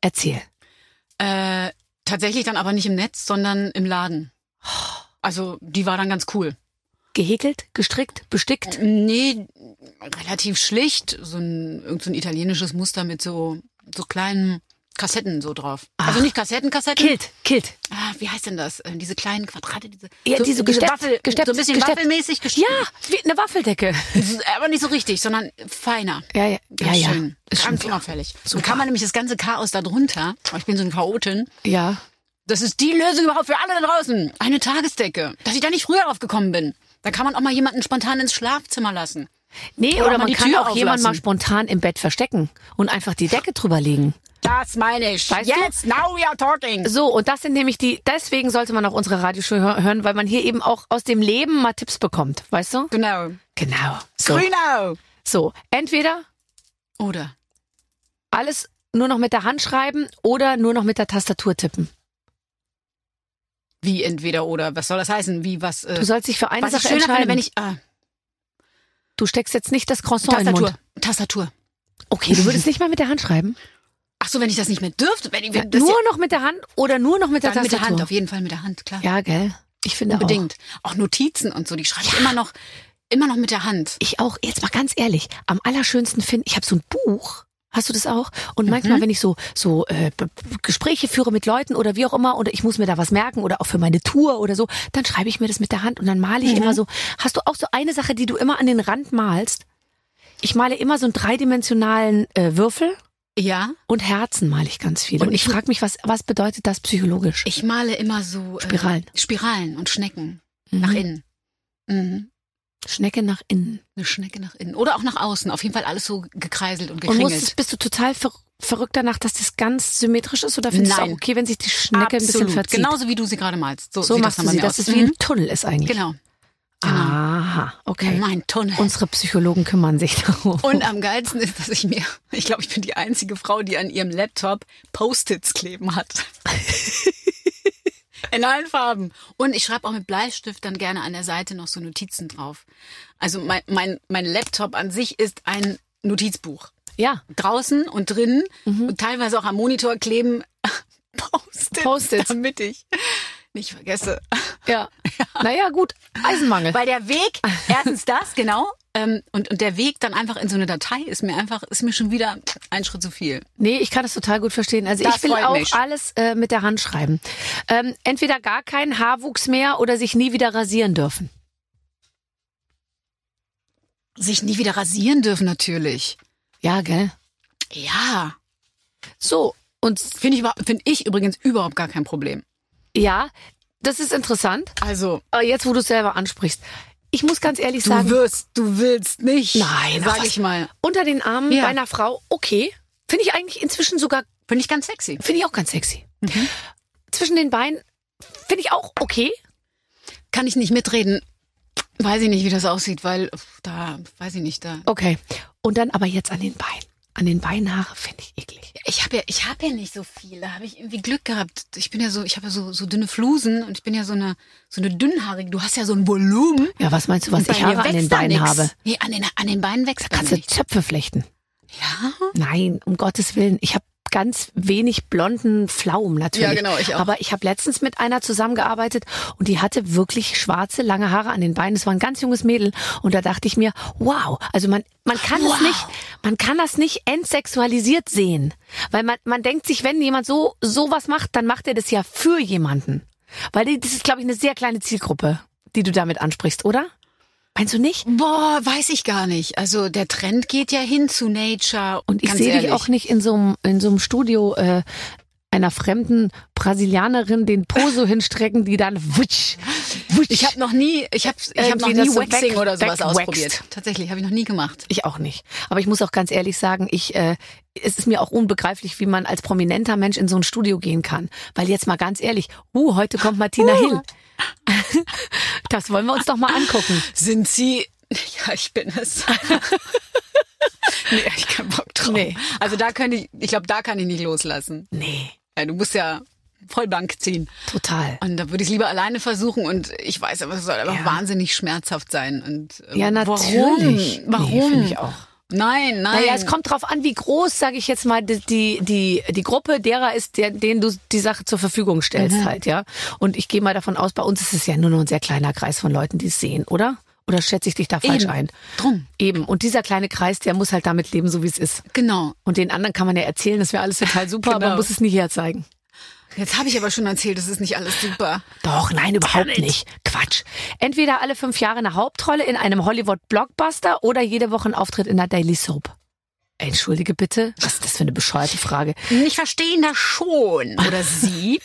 Speaker 2: Erzähl.
Speaker 4: Äh, tatsächlich dann aber nicht im Netz, sondern im Laden. Also die war dann ganz cool.
Speaker 2: Gehäkelt, gestrickt, bestickt.
Speaker 4: Äh. Nee, relativ schlicht. So ein, irgend so ein italienisches Muster mit so, so kleinen Kassetten so drauf. also nicht Kassetten, Kassetten.
Speaker 2: Kilt, kilt.
Speaker 4: Ah, wie heißt denn das? Ähm, diese kleinen Quadrate, diese,
Speaker 2: Ja, die so gesteppt,
Speaker 4: Waffel,
Speaker 2: gesteppt,
Speaker 4: so ein bisschen
Speaker 2: gesteppt.
Speaker 4: waffelmäßig
Speaker 2: Ja,
Speaker 4: gesteppt.
Speaker 2: Ah, wie eine Waffeldecke.
Speaker 4: aber nicht so richtig, sondern feiner.
Speaker 2: Ja, ja, ja, ja.
Speaker 4: schön.
Speaker 2: Ist
Speaker 4: Ganz
Speaker 2: schon
Speaker 4: unauffällig. So kann man nämlich das ganze Chaos da drunter, oh, ich bin so ein Chaotin,
Speaker 2: Ja.
Speaker 4: das ist die Lösung überhaupt für alle da draußen. Eine Tagesdecke. Dass ich da nicht früher drauf gekommen bin. Da kann man auch mal jemanden spontan ins Schlafzimmer lassen.
Speaker 2: Nee,
Speaker 4: Oder
Speaker 2: oder
Speaker 4: man
Speaker 2: man
Speaker 4: die
Speaker 2: kann
Speaker 4: Tür
Speaker 2: auch jemanden
Speaker 4: auflassen.
Speaker 2: mal spontan im Bett verstecken und einfach die Decke drüber legen.
Speaker 4: Das meine ich.
Speaker 2: Weißt
Speaker 4: Jetzt, now we are talking.
Speaker 2: So, und das sind nämlich die, deswegen sollte man auch unsere Radioshow hö- hören, weil man hier eben auch aus dem Leben mal Tipps bekommt, weißt du?
Speaker 4: Genau.
Speaker 2: Genau. So,
Speaker 4: Grünau.
Speaker 2: so entweder
Speaker 4: Oder
Speaker 2: alles nur noch mit der Hand schreiben oder nur noch mit der Tastatur tippen.
Speaker 4: wie entweder oder. Was soll das heißen? Wie was? Äh,
Speaker 2: Du sollst dich für eine
Speaker 4: was ich
Speaker 2: Sache
Speaker 4: schöner
Speaker 2: entscheiden.
Speaker 4: finde, wenn ich ah,
Speaker 2: du steckst jetzt nicht das Croissant in den
Speaker 4: Tastatur.
Speaker 2: Mund.
Speaker 4: Tastatur.
Speaker 2: Okay, du würdest nicht mal mit der Hand schreiben?
Speaker 4: Ach so, wenn ich das nicht mehr dürfte, wenn ich wenn das
Speaker 2: nur noch mit der Hand oder nur noch mit der
Speaker 4: ja, dann mit
Speaker 2: Tastatur?
Speaker 4: der Hand, auf jeden Fall mit der Hand, klar.
Speaker 2: Ja, gell? Ich finde auch.
Speaker 4: Unbedingt. Auch Notizen und so, die schreibe ich immer noch, immer noch mit der Hand.
Speaker 2: Ich auch, jetzt mal ganz ehrlich, am allerschönsten finde ich, habe so ein Buch. Hast du das auch? Und
Speaker 4: Mhm.
Speaker 2: manchmal, wenn ich so, so äh, B- B- Gespräche führe mit Leuten oder wie auch immer, oder ich muss mir da was merken oder auch für meine Tour oder so, dann schreibe ich mir das mit der Hand und dann male
Speaker 4: Mhm.
Speaker 2: ich immer so. Hast du auch so eine Sache, die du immer an den Rand malst? Ich male immer so einen dreidimensionalen äh, Würfel
Speaker 4: Ja.
Speaker 2: und Herzen male ich ganz viele.
Speaker 4: Und
Speaker 2: Und, ich
Speaker 4: ich-
Speaker 2: frage mich, was, was bedeutet das psychologisch?
Speaker 4: Ich male immer so äh,
Speaker 2: Spiralen.
Speaker 4: Spiralen und Schnecken
Speaker 2: Mhm.
Speaker 4: nach innen. Mhm.
Speaker 2: Schnecke nach innen.
Speaker 4: Eine Schnecke nach innen. Oder auch nach außen. Auf jeden Fall alles so gekreiselt und
Speaker 2: Und
Speaker 4: gekringelt.
Speaker 2: musstest, bist du total ver verrückt danach, dass das ganz symmetrisch ist? Oder findest du
Speaker 4: Nein.
Speaker 2: auch okay, wenn sich die Schnecke ein bisschen verzieht?
Speaker 4: Genauso wie du sie gerade malst. So,
Speaker 2: so
Speaker 4: sieht das
Speaker 2: machst du
Speaker 4: bei
Speaker 2: sie,
Speaker 4: mir
Speaker 2: dass
Speaker 4: aus. Mhm.
Speaker 2: es wie ein Tunnel ist eigentlich.
Speaker 4: Genau.
Speaker 2: Aha, okay.
Speaker 4: Mein Tunnel.
Speaker 2: Unsere Psychologen kümmern sich darum.
Speaker 4: Und am geilsten ist, dass ich mir, ich glaube, ich bin die einzige Frau, die an ihrem Laptop Post-its kleben hat. In allen Farben. Und ich schreibe auch mit Bleistift dann gerne an der Seite noch so Notizen drauf. Also mein, mein, mein Laptop an sich ist ein Notizbuch.
Speaker 2: ja,
Speaker 4: Draußen und drinnen und teilweise auch am Monitor kleben Post-its,
Speaker 2: Post-its.
Speaker 4: damit ich nicht vergesse.
Speaker 2: ja. Naja, gut. Eisenmangel.
Speaker 4: Weil der Weg, erstens das, genau, ähm, und, und der Weg dann einfach in so eine Datei ist mir einfach, ist mir schon wieder ein Schritt zu viel.
Speaker 2: Nee, ich kann das total gut verstehen. Also
Speaker 4: Das
Speaker 2: ich will
Speaker 4: freut
Speaker 2: auch
Speaker 4: mich.
Speaker 2: alles äh, mit der Hand schreiben. Ähm, entweder gar keinen Haarwuchs mehr oder sich nie wieder rasieren dürfen.
Speaker 4: Sich nie wieder rasieren dürfen, natürlich.
Speaker 2: Ja, gell?
Speaker 4: Ja.
Speaker 2: So, und
Speaker 4: Finde ich, über- find ich übrigens überhaupt gar kein Problem.
Speaker 2: ja, das ist interessant.
Speaker 4: Also,
Speaker 2: Aber jetzt, wo du es selber ansprichst, ich muss ganz ehrlich
Speaker 4: du
Speaker 2: sagen,
Speaker 4: wirst, du willst nicht.
Speaker 2: Nein, ach,
Speaker 4: sag
Speaker 2: was-
Speaker 4: ich mal.
Speaker 2: unter den Armen
Speaker 4: Ja.
Speaker 2: bei einer Frau, okay. Finde ich eigentlich inzwischen sogar,
Speaker 4: Finde ich ganz sexy.
Speaker 2: finde ich auch ganz sexy. Zwischen den Beinen finde ich auch okay.
Speaker 4: Kann ich nicht mitreden. Weiß ich nicht, wie das aussieht, weil pff, da, weiß ich nicht, da.
Speaker 2: Okay. Und dann aber jetzt an den Beinen. An den Beinhaare finde ich eklig.
Speaker 4: Ich habe ja, ich habe ja nicht so viel. Da habe ich irgendwie Glück gehabt. Ich bin ja so, ich habe ja so, so dünne Flusen und ich bin ja so eine, so eine dünnhaarige. Du hast ja so ein Volumen.
Speaker 2: Ja, was meinst du, was
Speaker 4: Und bei
Speaker 2: ich
Speaker 4: mir
Speaker 2: Haare an
Speaker 4: wächst
Speaker 2: den
Speaker 4: da
Speaker 2: Beinen
Speaker 4: nix.
Speaker 2: habe?
Speaker 4: Nee, an den, an den Beinen wächst da
Speaker 2: Kannst du
Speaker 4: nichts.
Speaker 2: Zöpfe flechten?
Speaker 4: Ja.
Speaker 2: Nein, um Gottes Willen. Ich habe ganz wenig blonden Pflaumen natürlich.
Speaker 4: Ja, genau, ich auch.
Speaker 2: Aber ich habe letztens mit einer zusammengearbeitet und die hatte wirklich schwarze, lange Haare an den Beinen. Es war ein ganz junges Mädel und da dachte ich mir, wow, also man, man kann
Speaker 4: Wow.
Speaker 2: es nicht, man kann das nicht entsexualisiert sehen. Weil man, man denkt sich, wenn jemand so, sowas macht, dann macht er das ja für jemanden. Weil die, das ist, glaube ich, eine sehr kleine Zielgruppe, die du damit ansprichst, oder? Meinst du nicht?
Speaker 4: Boah, weiß ich gar nicht. Also der Trend geht ja hin zu Nature.
Speaker 2: Und ich
Speaker 4: ganz
Speaker 2: sehe dich
Speaker 4: ehrlich.
Speaker 2: auch nicht in so einem in so einem Studio äh, einer fremden Brasilianerin den Poso hinstrecken, die dann wutsch, wutsch.
Speaker 4: Ich habe noch nie, ich habe, ich habe noch
Speaker 2: Irgendwie das
Speaker 4: nie
Speaker 2: so
Speaker 4: Waxing
Speaker 2: weg-
Speaker 4: oder sowas
Speaker 2: wegwaxt.
Speaker 4: ausprobiert. Tatsächlich habe ich noch nie gemacht.
Speaker 2: ich auch nicht. Aber ich muss auch ganz ehrlich sagen, ich äh, es ist mir auch unbegreiflich, wie man als prominenter Mensch in so ein Studio gehen kann. Weil jetzt mal ganz ehrlich, uh, heute kommt Martina Hill. das wollen wir uns doch mal angucken.
Speaker 4: Sind Sie? Ja, ich bin es. nee, ich keinen Bock drauf.
Speaker 2: Nee.
Speaker 4: Also da könnte ich, ich glaube, da kann ich nicht loslassen.
Speaker 2: Nee,
Speaker 4: Ja, du musst ja voll blank ziehen.
Speaker 2: total.
Speaker 4: Und da würde ich es lieber alleine versuchen und ich weiß, aber es soll einfach
Speaker 2: Ja.
Speaker 4: wahnsinnig schmerzhaft sein. Und äh,
Speaker 2: Ja, natürlich. Nee,
Speaker 4: Warum? Warum?
Speaker 2: finde ich auch.
Speaker 4: Nein, nein.
Speaker 2: Naja, es kommt drauf an, wie groß, sage ich jetzt mal, die, die, die, die Gruppe derer ist, der, denen du die Sache zur Verfügung
Speaker 4: Mhm.
Speaker 2: stellst halt, ja. Und ich gehe mal davon aus, bei uns ist es ja nur noch ein sehr kleiner Kreis von Leuten, die es sehen, oder? Oder schätze ich dich da falsch
Speaker 4: Eben.
Speaker 2: ein?
Speaker 4: Drum.
Speaker 2: Eben. Und dieser kleine Kreis, der muss halt damit leben, so wie es ist.
Speaker 4: Genau.
Speaker 2: Und den anderen kann man ja erzählen, das wäre alles total super, aber man
Speaker 4: Genau.
Speaker 2: muss es nicht herzeigen.
Speaker 4: Jetzt habe ich aber schon erzählt, das ist nicht alles super.
Speaker 2: Doch, nein, überhaupt nicht. Quatsch. Entweder alle fünf Jahre eine Hauptrolle in einem Hollywood-Blockbuster oder jede Woche ein Auftritt in einer Daily Soap. Entschuldige bitte, was ist das für eine bescheuerte Frage?
Speaker 4: Ich verstehe ihn da schon oder sie,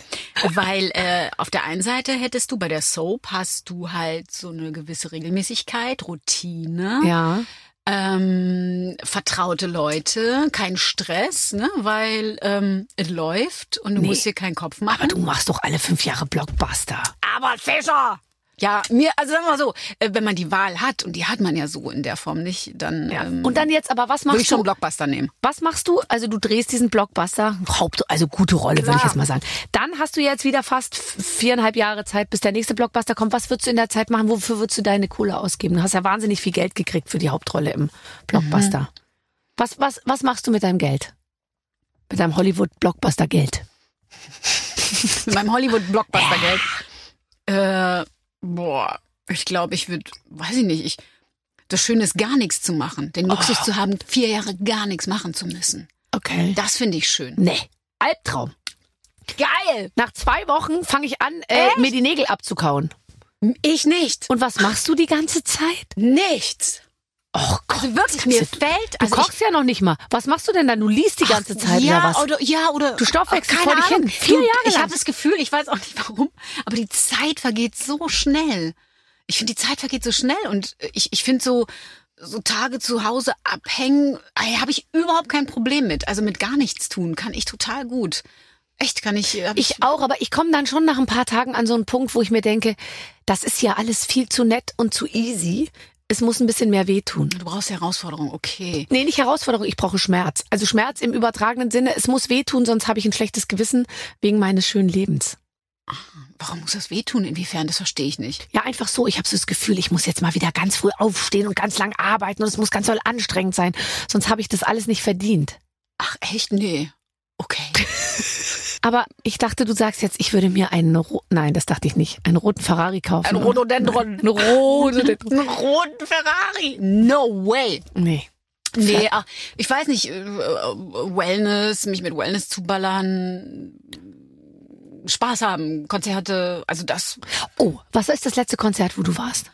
Speaker 4: weil äh, auf der einen Seite hättest du bei der Soap hast du halt so eine gewisse Regelmäßigkeit, Routine,
Speaker 2: Ja.
Speaker 4: ähm, vertraute Leute, kein Stress, ne, weil ähm, es läuft und du
Speaker 2: Nee.
Speaker 4: musst dir keinen Kopf
Speaker 2: Aber
Speaker 4: machen.
Speaker 2: du machst doch alle fünf Jahre Blockbuster.
Speaker 4: Aber Fischer! Ja, mir, also sagen wir mal so, äh, wenn man die Wahl hat, und die hat man ja so in der Form nicht, dann, ähm,
Speaker 2: Und dann jetzt aber, was
Speaker 4: würde ich
Speaker 2: machst
Speaker 4: schon
Speaker 2: du?
Speaker 4: einen Blockbuster nehmen.
Speaker 2: Was machst du? Also du drehst diesen Blockbuster, Haupt, also gute Rolle, würde ich jetzt mal sagen. Dann hast du jetzt wieder fast f- viereinhalb Jahre Zeit, bis der nächste Blockbuster kommt. Was würdest du in der Zeit machen? Wofür würdest du deine Kohle ausgeben? Du hast ja wahnsinnig viel Geld gekriegt für die Hauptrolle im Blockbuster.
Speaker 4: Mhm.
Speaker 2: Was, was, was machst du mit deinem Geld? Mit deinem Hollywood-Blockbuster-Geld?
Speaker 4: Mit meinem Hollywood-Blockbuster-Geld. Äh, boah, ich glaube, ich würde, weiß ich nicht, ich, das Schöne ist, gar nichts zu machen. Den
Speaker 2: Oh.
Speaker 4: Luxus zu haben, vier Jahre gar nichts machen zu müssen.
Speaker 2: Okay.
Speaker 4: Das finde ich schön.
Speaker 2: Nee. Albtraum. Geil! Nach zwei Wochen fange ich an, äh, mir die Nägel abzukauen.
Speaker 4: Ich nicht.
Speaker 2: Und was machst du die ganze Zeit?
Speaker 4: Nichts.
Speaker 2: Och Oh Gott,
Speaker 4: Also wirklich,
Speaker 2: mir
Speaker 4: mir fällt,
Speaker 2: Du
Speaker 4: also
Speaker 2: kochst ja noch nicht mal. Was machst du denn dann? Du liest die ganze Zeit
Speaker 4: ja,
Speaker 2: oder was?
Speaker 4: Oder, ja, oder. äh,
Speaker 2: Du stoffwechselst
Speaker 4: Keine
Speaker 2: vor dich hin.
Speaker 4: Ahnung.
Speaker 2: Vier
Speaker 4: du,
Speaker 2: Jahre
Speaker 4: Ich
Speaker 2: lang.
Speaker 4: habe das Gefühl, ich weiß auch nicht warum, aber die Zeit vergeht so schnell. Ich finde, die Zeit vergeht so schnell und ich, ich finde so, so Tage zu Hause abhängen, habe ich überhaupt kein Problem mit. Also mit gar nichts tun kann ich total gut. Echt, kann ich. hab
Speaker 2: Ich auch, aber ich komme dann schon nach ein paar Tagen an so einen Punkt, wo ich mir denke, das ist ja alles viel zu nett und zu easy. Es muss ein bisschen mehr wehtun.
Speaker 4: Du brauchst Herausforderung, okay.
Speaker 2: Nee, nicht Herausforderung, ich brauche Schmerz. Also Schmerz im übertragenen Sinne, es muss wehtun, sonst habe ich ein schlechtes Gewissen wegen meines schönen Lebens.
Speaker 4: Warum muss das wehtun? Inwiefern? Das verstehe ich nicht.
Speaker 2: Ja, einfach so. Ich habe so das Gefühl, ich muss jetzt mal wieder ganz früh aufstehen und ganz lang arbeiten und es muss ganz doll anstrengend sein. Sonst habe ich das alles nicht verdient.
Speaker 4: Ach, echt? Nee. Okay.
Speaker 2: Aber ich dachte, du sagst jetzt, ich würde mir einen roten, nein, das dachte ich nicht, einen roten Ferrari kaufen.
Speaker 4: Ein Rhododendron.
Speaker 2: Einen roten.
Speaker 4: Einen roten Ferrari. No way.
Speaker 2: Nee.
Speaker 4: Nee, ach, ich weiß nicht, äh, äh, Wellness, mich mit Wellness zuballern, Spaß haben, Konzerte, also das.
Speaker 2: Oh, was ist das letzte Konzert, wo du warst?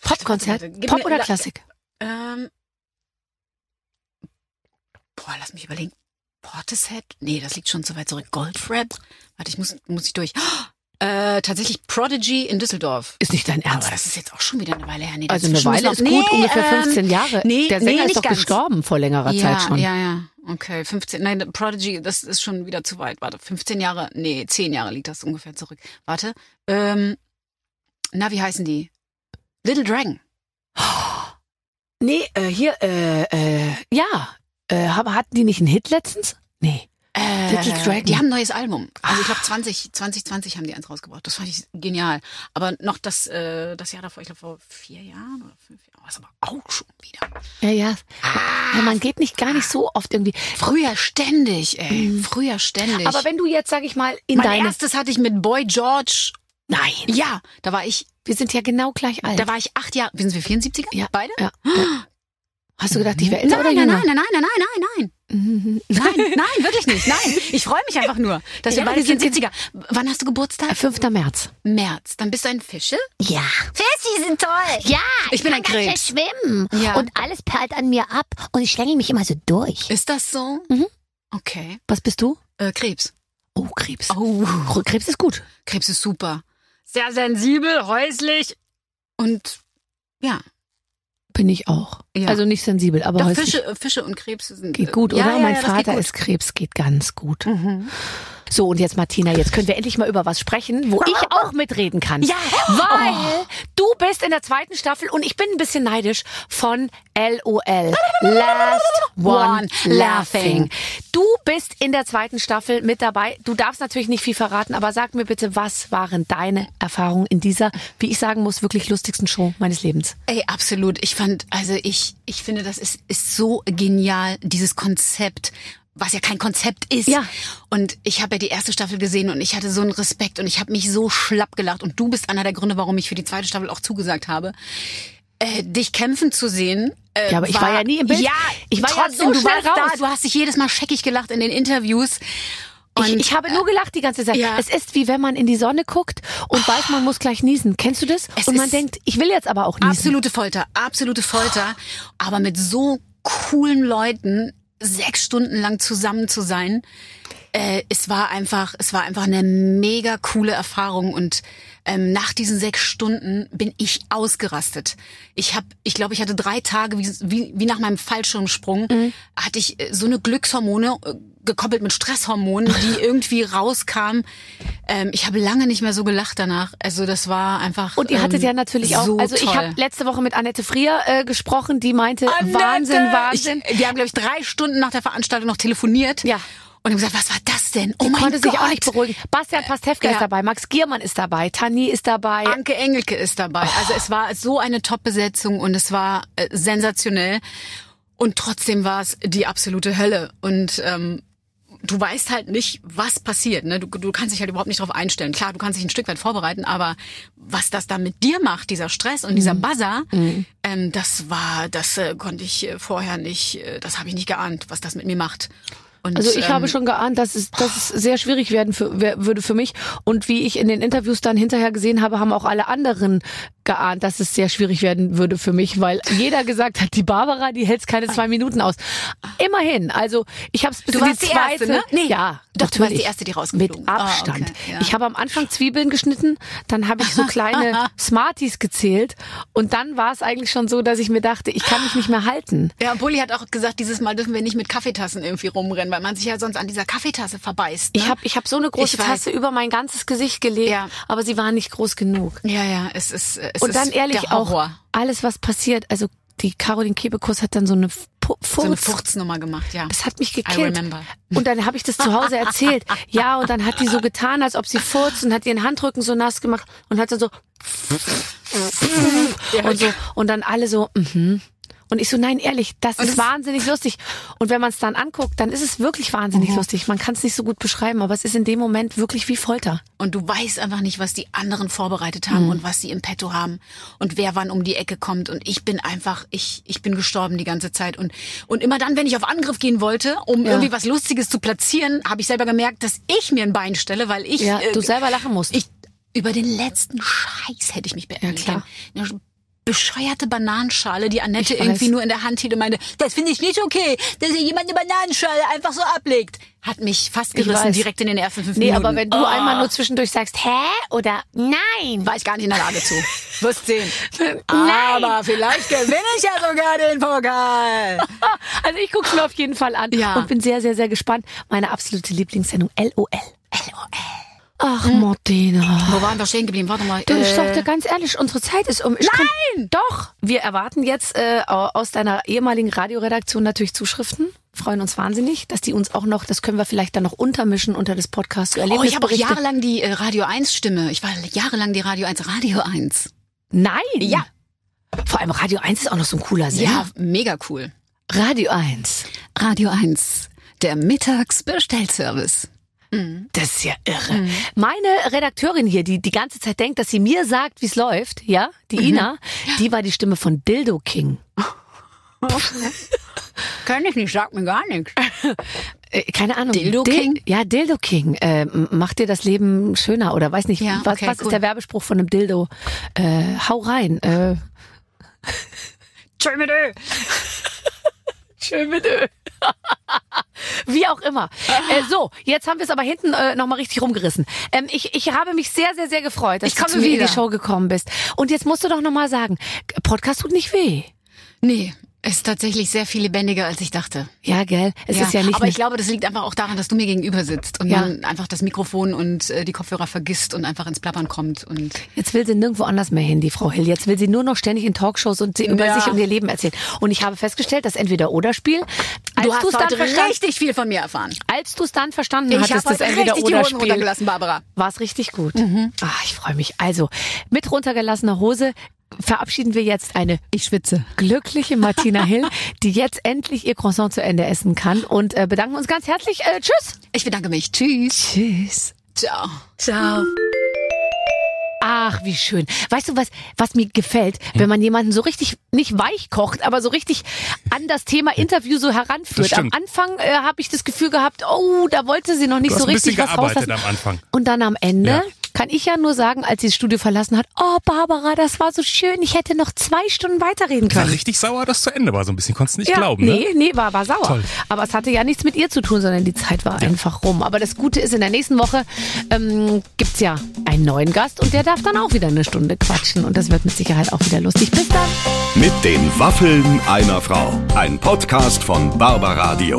Speaker 2: Popkonzert?
Speaker 4: Gib mir-
Speaker 2: Pop oder
Speaker 4: la-
Speaker 2: Klassik?
Speaker 4: Ähm, boah, lass mich überlegen. Portishead? Nee, das liegt schon so weit zurück. Goldrap? Warte, ich muss, muss ich durch. Äh, tatsächlich Prodigy in Düsseldorf.
Speaker 2: Ist nicht dein Ernst.
Speaker 4: Aber das ist jetzt auch schon wieder eine Weile her. Nee,
Speaker 2: also eine
Speaker 4: dazwischen muss
Speaker 2: Weile
Speaker 4: noch-
Speaker 2: ist gut,
Speaker 4: Nee,
Speaker 2: ungefähr
Speaker 4: ähm,
Speaker 2: 15 Jahre.
Speaker 4: nee,
Speaker 2: Der Sänger
Speaker 4: nee,
Speaker 2: ist
Speaker 4: nicht
Speaker 2: doch
Speaker 4: ganz.
Speaker 2: gestorben vor längerer
Speaker 4: ja,
Speaker 2: Zeit schon.
Speaker 4: Ja, ja, okay. 15, nein, Prodigy, das ist schon wieder zu weit. Warte, 15 Jahre, nee, 10 Jahre liegt das ungefähr zurück. Warte, ähm, na, wie heißen die? Little Dragon.
Speaker 2: Nee, äh, hier, äh, äh, ja. Äh, aber hatten die nicht einen Hit letztens? Nee.
Speaker 4: Äh,
Speaker 2: Little Dragon. Ah.
Speaker 4: Die haben ein neues Album. Also ich glaube 20, 2020 haben die eins rausgebracht. Das fand ich genial. Aber noch das, äh, das Jahr davor, ich glaube vor vier Jahren oder fünf Jahren, was aber auch schon wieder.
Speaker 2: Ja, ja. Ah. ja man geht nicht gar nicht so oft irgendwie.
Speaker 4: Früher ständig, ey. Früher ständig.
Speaker 2: Mhm. Aber wenn du jetzt, sag ich mal, in
Speaker 4: mein
Speaker 2: deine...
Speaker 4: erstes hatte ich mit Boy George.
Speaker 2: Nein,
Speaker 4: Ja, da war ich
Speaker 2: wir sind ja genau gleich alt.
Speaker 4: Da war ich acht Jahre. Sind wir 74er?
Speaker 2: Ja.
Speaker 4: Beide?
Speaker 2: ja. ja. Hast du gedacht, ich wäre
Speaker 4: Nein,
Speaker 2: älter oder
Speaker 4: nein,
Speaker 2: jünger?
Speaker 4: nein, nein, nein, nein, nein, nein.
Speaker 2: Mhm.
Speaker 4: Nein, nein, wirklich nicht. Nein. Ich freue mich einfach nur, dass
Speaker 2: Ja,
Speaker 4: wir beide
Speaker 2: wir sind
Speaker 4: 74er. Wann hast du Geburtstag?
Speaker 2: 5. März.
Speaker 4: März. Dann bist du ein Fische?
Speaker 5: Ja. Fissi sind toll. Ja.
Speaker 4: Ich bin ein
Speaker 5: kann ganz
Speaker 4: Krebs.
Speaker 5: schlecht schwimmen.
Speaker 4: Ja.
Speaker 5: Und alles perlt an mir ab. Und ich schlängel mich immer so durch.
Speaker 4: Ist das so?
Speaker 2: Mhm.
Speaker 4: Okay.
Speaker 2: Was bist du?
Speaker 4: Äh, Krebs.
Speaker 2: Oh, Krebs.
Speaker 4: Oh.
Speaker 2: Krebs ist gut.
Speaker 4: Krebs ist super. Sehr sensibel, häuslich. Und ja.
Speaker 2: Bin ich auch.
Speaker 4: Ja.
Speaker 2: Also nicht sensibel, aber
Speaker 4: Doch,
Speaker 2: häuslich
Speaker 4: Fische, äh, Fische und Krebs sind.
Speaker 2: geht gut,
Speaker 4: ja,
Speaker 2: oder?
Speaker 4: Ja,
Speaker 2: mein
Speaker 4: ja, das geht
Speaker 2: Vater
Speaker 4: gut.
Speaker 2: ist Krebs, geht ganz gut.
Speaker 4: Mhm.
Speaker 2: So, und jetzt Martina, jetzt können wir endlich mal über was sprechen, wo ich auch mitreden kann.
Speaker 4: Ja. Oh.
Speaker 2: Weil du bist in der zweiten Staffel und ich bin ein bisschen neidisch von LOL. Last One
Speaker 4: One
Speaker 2: Laughing.
Speaker 4: Laughing.
Speaker 2: Du bist in der zweiten Staffel mit dabei. Du darfst natürlich nicht viel verraten, aber sag mir bitte, was waren deine Erfahrungen in dieser, wie ich sagen muss, wirklich lustigsten Show meines Lebens?
Speaker 4: Ey, absolut. Ich fand, also ich, ich finde, das ist, ist so genial, dieses Konzept. was ja kein Konzept ist.
Speaker 2: Ja.
Speaker 4: Und ich habe ja die erste Staffel gesehen und ich hatte so einen Respekt und ich habe mich so schlapp gelacht. Und du bist einer der Gründe, warum ich für die zweite Staffel auch zugesagt habe. Äh, dich kämpfen zu sehen. Äh,
Speaker 2: Ja, aber ich war ja nie im Bild.
Speaker 4: Ja,
Speaker 2: Ich war ja
Speaker 4: trotzdem,
Speaker 2: so
Speaker 4: du
Speaker 2: schnell
Speaker 4: warst
Speaker 2: raus.
Speaker 4: da. Du hast dich jedes Mal scheckig gelacht in den Interviews. Und äh,
Speaker 2: ich, ich habe nur gelacht die ganze Zeit.
Speaker 4: ja.
Speaker 2: Es ist wie wenn man in die Sonne guckt und weiß, man muss gleich niesen. Kennst du das?
Speaker 4: Es
Speaker 2: und man
Speaker 4: ist-
Speaker 2: denkt, ich will jetzt aber auch niesen.
Speaker 4: Absolute Folter, absolute Folter. Aber mit so coolen Leuten sechs Stunden lang zusammen zu sein, äh, es war einfach, es war einfach eine mega coole Erfahrung und ähm, nach diesen sechs Stunden bin ich ausgerastet. Ich habe, ich glaube, ich hatte drei Tage wie, wie, wie nach meinem Fallschirmsprung
Speaker 2: Mhm.
Speaker 4: hatte ich äh, so eine Glückshormone äh, gekoppelt mit Stresshormonen, die irgendwie rauskamen. Ähm, ich habe lange nicht mehr so gelacht danach. Also das war einfach
Speaker 2: Und ihr
Speaker 4: ähm,
Speaker 2: hattet ja natürlich auch.
Speaker 4: so
Speaker 2: also ich
Speaker 4: toll.
Speaker 2: habe letzte Woche mit Annette Frier äh, gesprochen, die meinte Wahnsinn, Wahnsinn.
Speaker 4: Ich, wir haben, glaube ich, drei Stunden nach der Veranstaltung noch telefoniert.
Speaker 2: Ja.
Speaker 4: Und haben gesagt, was war das denn? Oh
Speaker 2: Die
Speaker 4: mein
Speaker 2: konnte
Speaker 4: Gott.
Speaker 2: sich auch nicht beruhigen. Bastian Pastewka
Speaker 4: ja.
Speaker 2: ist dabei, Max Giermann ist dabei, Tani ist dabei.
Speaker 4: Anke Engelke ist dabei. Also es war so eine Top-Besetzung und es war äh, sensationell. Und trotzdem war es die absolute Hölle. Und ähm, du weißt halt nicht, was passiert. Ne? Du, du kannst dich halt überhaupt nicht darauf einstellen. Klar, du kannst dich ein Stück weit vorbereiten, aber was das dann mit dir macht, dieser Stress und
Speaker 2: Mhm.
Speaker 4: dieser Buzzer, ähm, das war, das äh, konnte ich äh, vorher nicht, äh, das habe ich nicht geahnt, was das mit mir macht. Und,
Speaker 2: Also ich
Speaker 4: ähm,
Speaker 2: habe schon geahnt, dass es, dass es sehr schwierig werden für, wer- würde für mich. Und wie ich in den Interviews dann hinterher gesehen habe, haben auch alle anderen geahnt, dass es sehr schwierig werden würde für mich, weil jeder gesagt hat, die Barbara, die hält es keine zwei Minuten aus. Immerhin, also ich habe es bis
Speaker 4: Du
Speaker 2: in
Speaker 4: warst
Speaker 2: die
Speaker 4: die
Speaker 2: zweite.
Speaker 4: Erste, ne? Nee.
Speaker 2: Ja,
Speaker 4: Doch,
Speaker 2: natürlich.
Speaker 4: du warst die Erste, die rausgeflogen.
Speaker 2: Mit Abstand.
Speaker 4: Ah, okay, ja.
Speaker 2: Ich habe am Anfang Zwiebeln geschnitten, dann habe ich so kleine Smarties gezählt und dann war es eigentlich schon so, dass ich mir dachte, ich kann mich nicht mehr halten.
Speaker 4: Ja, Bulli hat auch gesagt, dieses Mal dürfen wir nicht mit Kaffeetassen irgendwie rumrennen, weil man sich ja sonst an dieser Kaffeetasse verbeißt. Ne?
Speaker 2: Ich habe ich hab so eine große
Speaker 4: Ich weiß.
Speaker 2: Tasse über mein ganzes Gesicht gelegt,
Speaker 4: Ja.
Speaker 2: aber sie war nicht groß genug.
Speaker 4: ja, ja, es ist äh, es
Speaker 2: Und
Speaker 4: ist
Speaker 2: dann ehrlich
Speaker 4: der
Speaker 2: auch,
Speaker 4: Horror.
Speaker 2: alles was passiert, also die Caroline Kebekus hat dann so eine Fu-
Speaker 4: so eine
Speaker 2: Furz.
Speaker 4: Furznummer gemacht, ja.
Speaker 2: das hat mich
Speaker 4: I
Speaker 2: gekillt.
Speaker 4: remember.
Speaker 2: Und dann habe ich das zu Hause erzählt. Ja, und dann hat die so getan, als ob sie furzt und hat ihren Handrücken so nass gemacht und hat dann so und so und dann alle so mhm. Und ich so, nein, ehrlich, das ist wahnsinnig lustig. Und wenn man es dann anguckt, dann ist es wirklich wahnsinnig
Speaker 4: Mhm.
Speaker 2: lustig. Man kann es nicht so gut beschreiben, aber es ist in dem Moment wirklich wie Folter.
Speaker 4: Und du weißt einfach nicht, was die anderen vorbereitet
Speaker 2: Mhm.
Speaker 4: haben und was sie im Petto haben und wer wann um die Ecke kommt. Und ich bin einfach, ich, ich bin gestorben die ganze Zeit. Und, und immer dann, wenn ich auf Angriff gehen wollte, um irgendwie was Lustiges zu platzieren, habe ich selber gemerkt, dass ich mir ein Bein stelle, weil ich.
Speaker 2: Ja,
Speaker 4: äh,
Speaker 2: du selber lachen musst.
Speaker 4: Ich, über den letzten Scheiß hätte ich mich beenden
Speaker 2: Ja, klar.
Speaker 4: können. Eine bescheuerte Bananenschale, die Annette
Speaker 2: Ich weiß.
Speaker 4: irgendwie nur in der Hand hielt und meinte, das finde ich nicht okay, dass ihr jemand eine Bananenschale einfach so ablegt. Hat mich fast
Speaker 2: Ich
Speaker 4: gerissen,
Speaker 2: weiß.
Speaker 4: direkt in den ersten fünf
Speaker 2: Nee,
Speaker 4: Minuten.
Speaker 2: aber wenn du
Speaker 4: Oh.
Speaker 2: einmal nur zwischendurch sagst, hä? Oder nein.
Speaker 4: War ich gar nicht in der Lage zu. Wirst sehen.
Speaker 2: Nein.
Speaker 4: Aber vielleicht gewinne ich ja sogar den Pokal.
Speaker 2: Also ich guck's mir auf jeden Fall an
Speaker 4: Ja.
Speaker 2: und bin sehr, sehr, sehr gespannt. Meine absolute Lieblingssendung, LOL. LOL. Ach, Martina.
Speaker 4: Wo waren wir stehen geblieben? Warte mal.
Speaker 2: Du, ich
Speaker 4: Äh,
Speaker 2: sag dir ganz ehrlich, unsere Zeit ist um. Ich Nein! Doch! Wir erwarten jetzt äh, aus deiner ehemaligen Radioredaktion natürlich Zuschriften. Freuen uns wahnsinnig, dass die uns auch noch, das können wir vielleicht dann noch untermischen unter das Podcast.
Speaker 4: oh, ich habe auch
Speaker 2: Erlebnisberichte.
Speaker 4: jahrelang die äh, Radio 1 Stimme. Ich war jahrelang die Radio 1 Radio 1.
Speaker 2: Nein!
Speaker 4: Ja.
Speaker 2: Vor allem Radio 1 ist auch noch so ein cooler Sender.
Speaker 4: Ja, mega cool.
Speaker 2: Radio 1.
Speaker 4: Radio 1, der Mittagsbestellservice.
Speaker 2: Das ist ja irre.
Speaker 4: Mhm.
Speaker 2: Meine Redakteurin hier, die die ganze Zeit denkt, dass sie mir sagt, wie es läuft, ja, die
Speaker 4: Mhm.
Speaker 2: Ina, die war die Stimme von Dildo King.
Speaker 4: Kann ich nicht, sagt mir gar nichts.
Speaker 2: Äh, keine Ahnung.
Speaker 4: Dildo King?
Speaker 2: Ja, Dildo King. Äh, m- macht dir das Leben schöner oder weiß nicht,
Speaker 4: Ja,
Speaker 2: was,
Speaker 4: okay,
Speaker 2: was
Speaker 4: cool.
Speaker 2: ist der Werbespruch von einem Dildo? Äh, hau rein. Äh,
Speaker 4: Tschö mit Ö.
Speaker 2: Schön mit Ö. Wie auch immer. Äh, so, jetzt haben wir es aber hinten äh, nochmal richtig rumgerissen. Ähm, ich, ich habe mich sehr, sehr, sehr gefreut, dass
Speaker 4: Ich
Speaker 2: du
Speaker 4: komme
Speaker 2: zu mir in
Speaker 4: wieder.
Speaker 2: die Show gekommen bist. Und jetzt musst du doch nochmal sagen, Podcast tut nicht weh.
Speaker 4: Nee, ist tatsächlich sehr viel lebendiger, als ich dachte.
Speaker 2: Ja, gell? Es ist ja nicht
Speaker 4: aber
Speaker 2: eine-
Speaker 4: ich glaube, das liegt einfach auch daran, dass du mir gegenüber sitzt und
Speaker 2: Ja.
Speaker 4: man einfach das Mikrofon und äh, die Kopfhörer vergisst und einfach ins Plappern kommt. Und
Speaker 2: Jetzt will sie nirgendwo anders mehr hin, die Frau Hill. Jetzt will sie nur noch ständig in Talkshows und sie über
Speaker 4: Ja.
Speaker 2: sich und ihr Leben erzählen. Und ich habe festgestellt, dass entweder oder Spiel. Als
Speaker 4: du hast
Speaker 2: du's
Speaker 4: heute
Speaker 2: dann verstanden,
Speaker 4: richtig viel von mir erfahren.
Speaker 2: als du es dann verstanden
Speaker 4: Ich habe
Speaker 2: hattest, das
Speaker 4: heute
Speaker 2: entweder
Speaker 4: richtig die
Speaker 2: oder
Speaker 4: Hosen Mhm.
Speaker 2: Spiel,
Speaker 4: runtergelassen, Barbara.
Speaker 2: war es richtig gut. Ah, ich freue mich. Also mit runtergelassener Hose verabschieden wir jetzt eine
Speaker 4: Ich schwitze.
Speaker 2: glückliche Martina Hill, die jetzt endlich ihr Croissant zu Ende essen kann und äh, bedanken uns ganz herzlich. Äh, tschüss.
Speaker 4: Ich bedanke mich. Tschüss.
Speaker 2: Tschüss.
Speaker 4: Ciao.
Speaker 2: Ciao. Ach, wie schön. Weißt du, was, was mir gefällt,
Speaker 3: Hm.
Speaker 2: wenn man jemanden so richtig nicht weich kocht, aber so richtig an das Thema Interview so heranführt.
Speaker 3: Hm. Das
Speaker 2: Am
Speaker 3: stimmt.
Speaker 2: Anfang äh, habe ich das Gefühl gehabt, oh, da wollte sie noch nicht
Speaker 3: Du
Speaker 2: so
Speaker 3: hast ein
Speaker 2: richtig
Speaker 3: bisschen
Speaker 2: was
Speaker 3: gearbeitet
Speaker 2: rauslassen.
Speaker 3: am Anfang.
Speaker 2: Und dann am Ende
Speaker 3: Ja.
Speaker 2: kann ich ja nur sagen, als sie das Studio verlassen hat, oh Barbara, das war so schön, ich hätte noch zwei Stunden weiterreden
Speaker 3: Ich war
Speaker 2: können.
Speaker 3: richtig sauer, dass zu Ende war. So ein bisschen konntest du nicht
Speaker 2: genau. ja,
Speaker 3: glauben, ne?
Speaker 2: nee, nee, war, war sauer.
Speaker 3: Toll.
Speaker 2: Aber es hatte ja nichts mit ihr zu tun, sondern die Zeit war einfach rum. Aber das Gute ist, in der nächsten Woche ähm, gibt's ja einen neuen Gast und der darf dann auch wieder eine Stunde quatschen. Und das wird mit Sicherheit auch wieder lustig. Bis dann.
Speaker 1: Mit den Waffeln einer Frau. Ein Podcast von Barbaradio.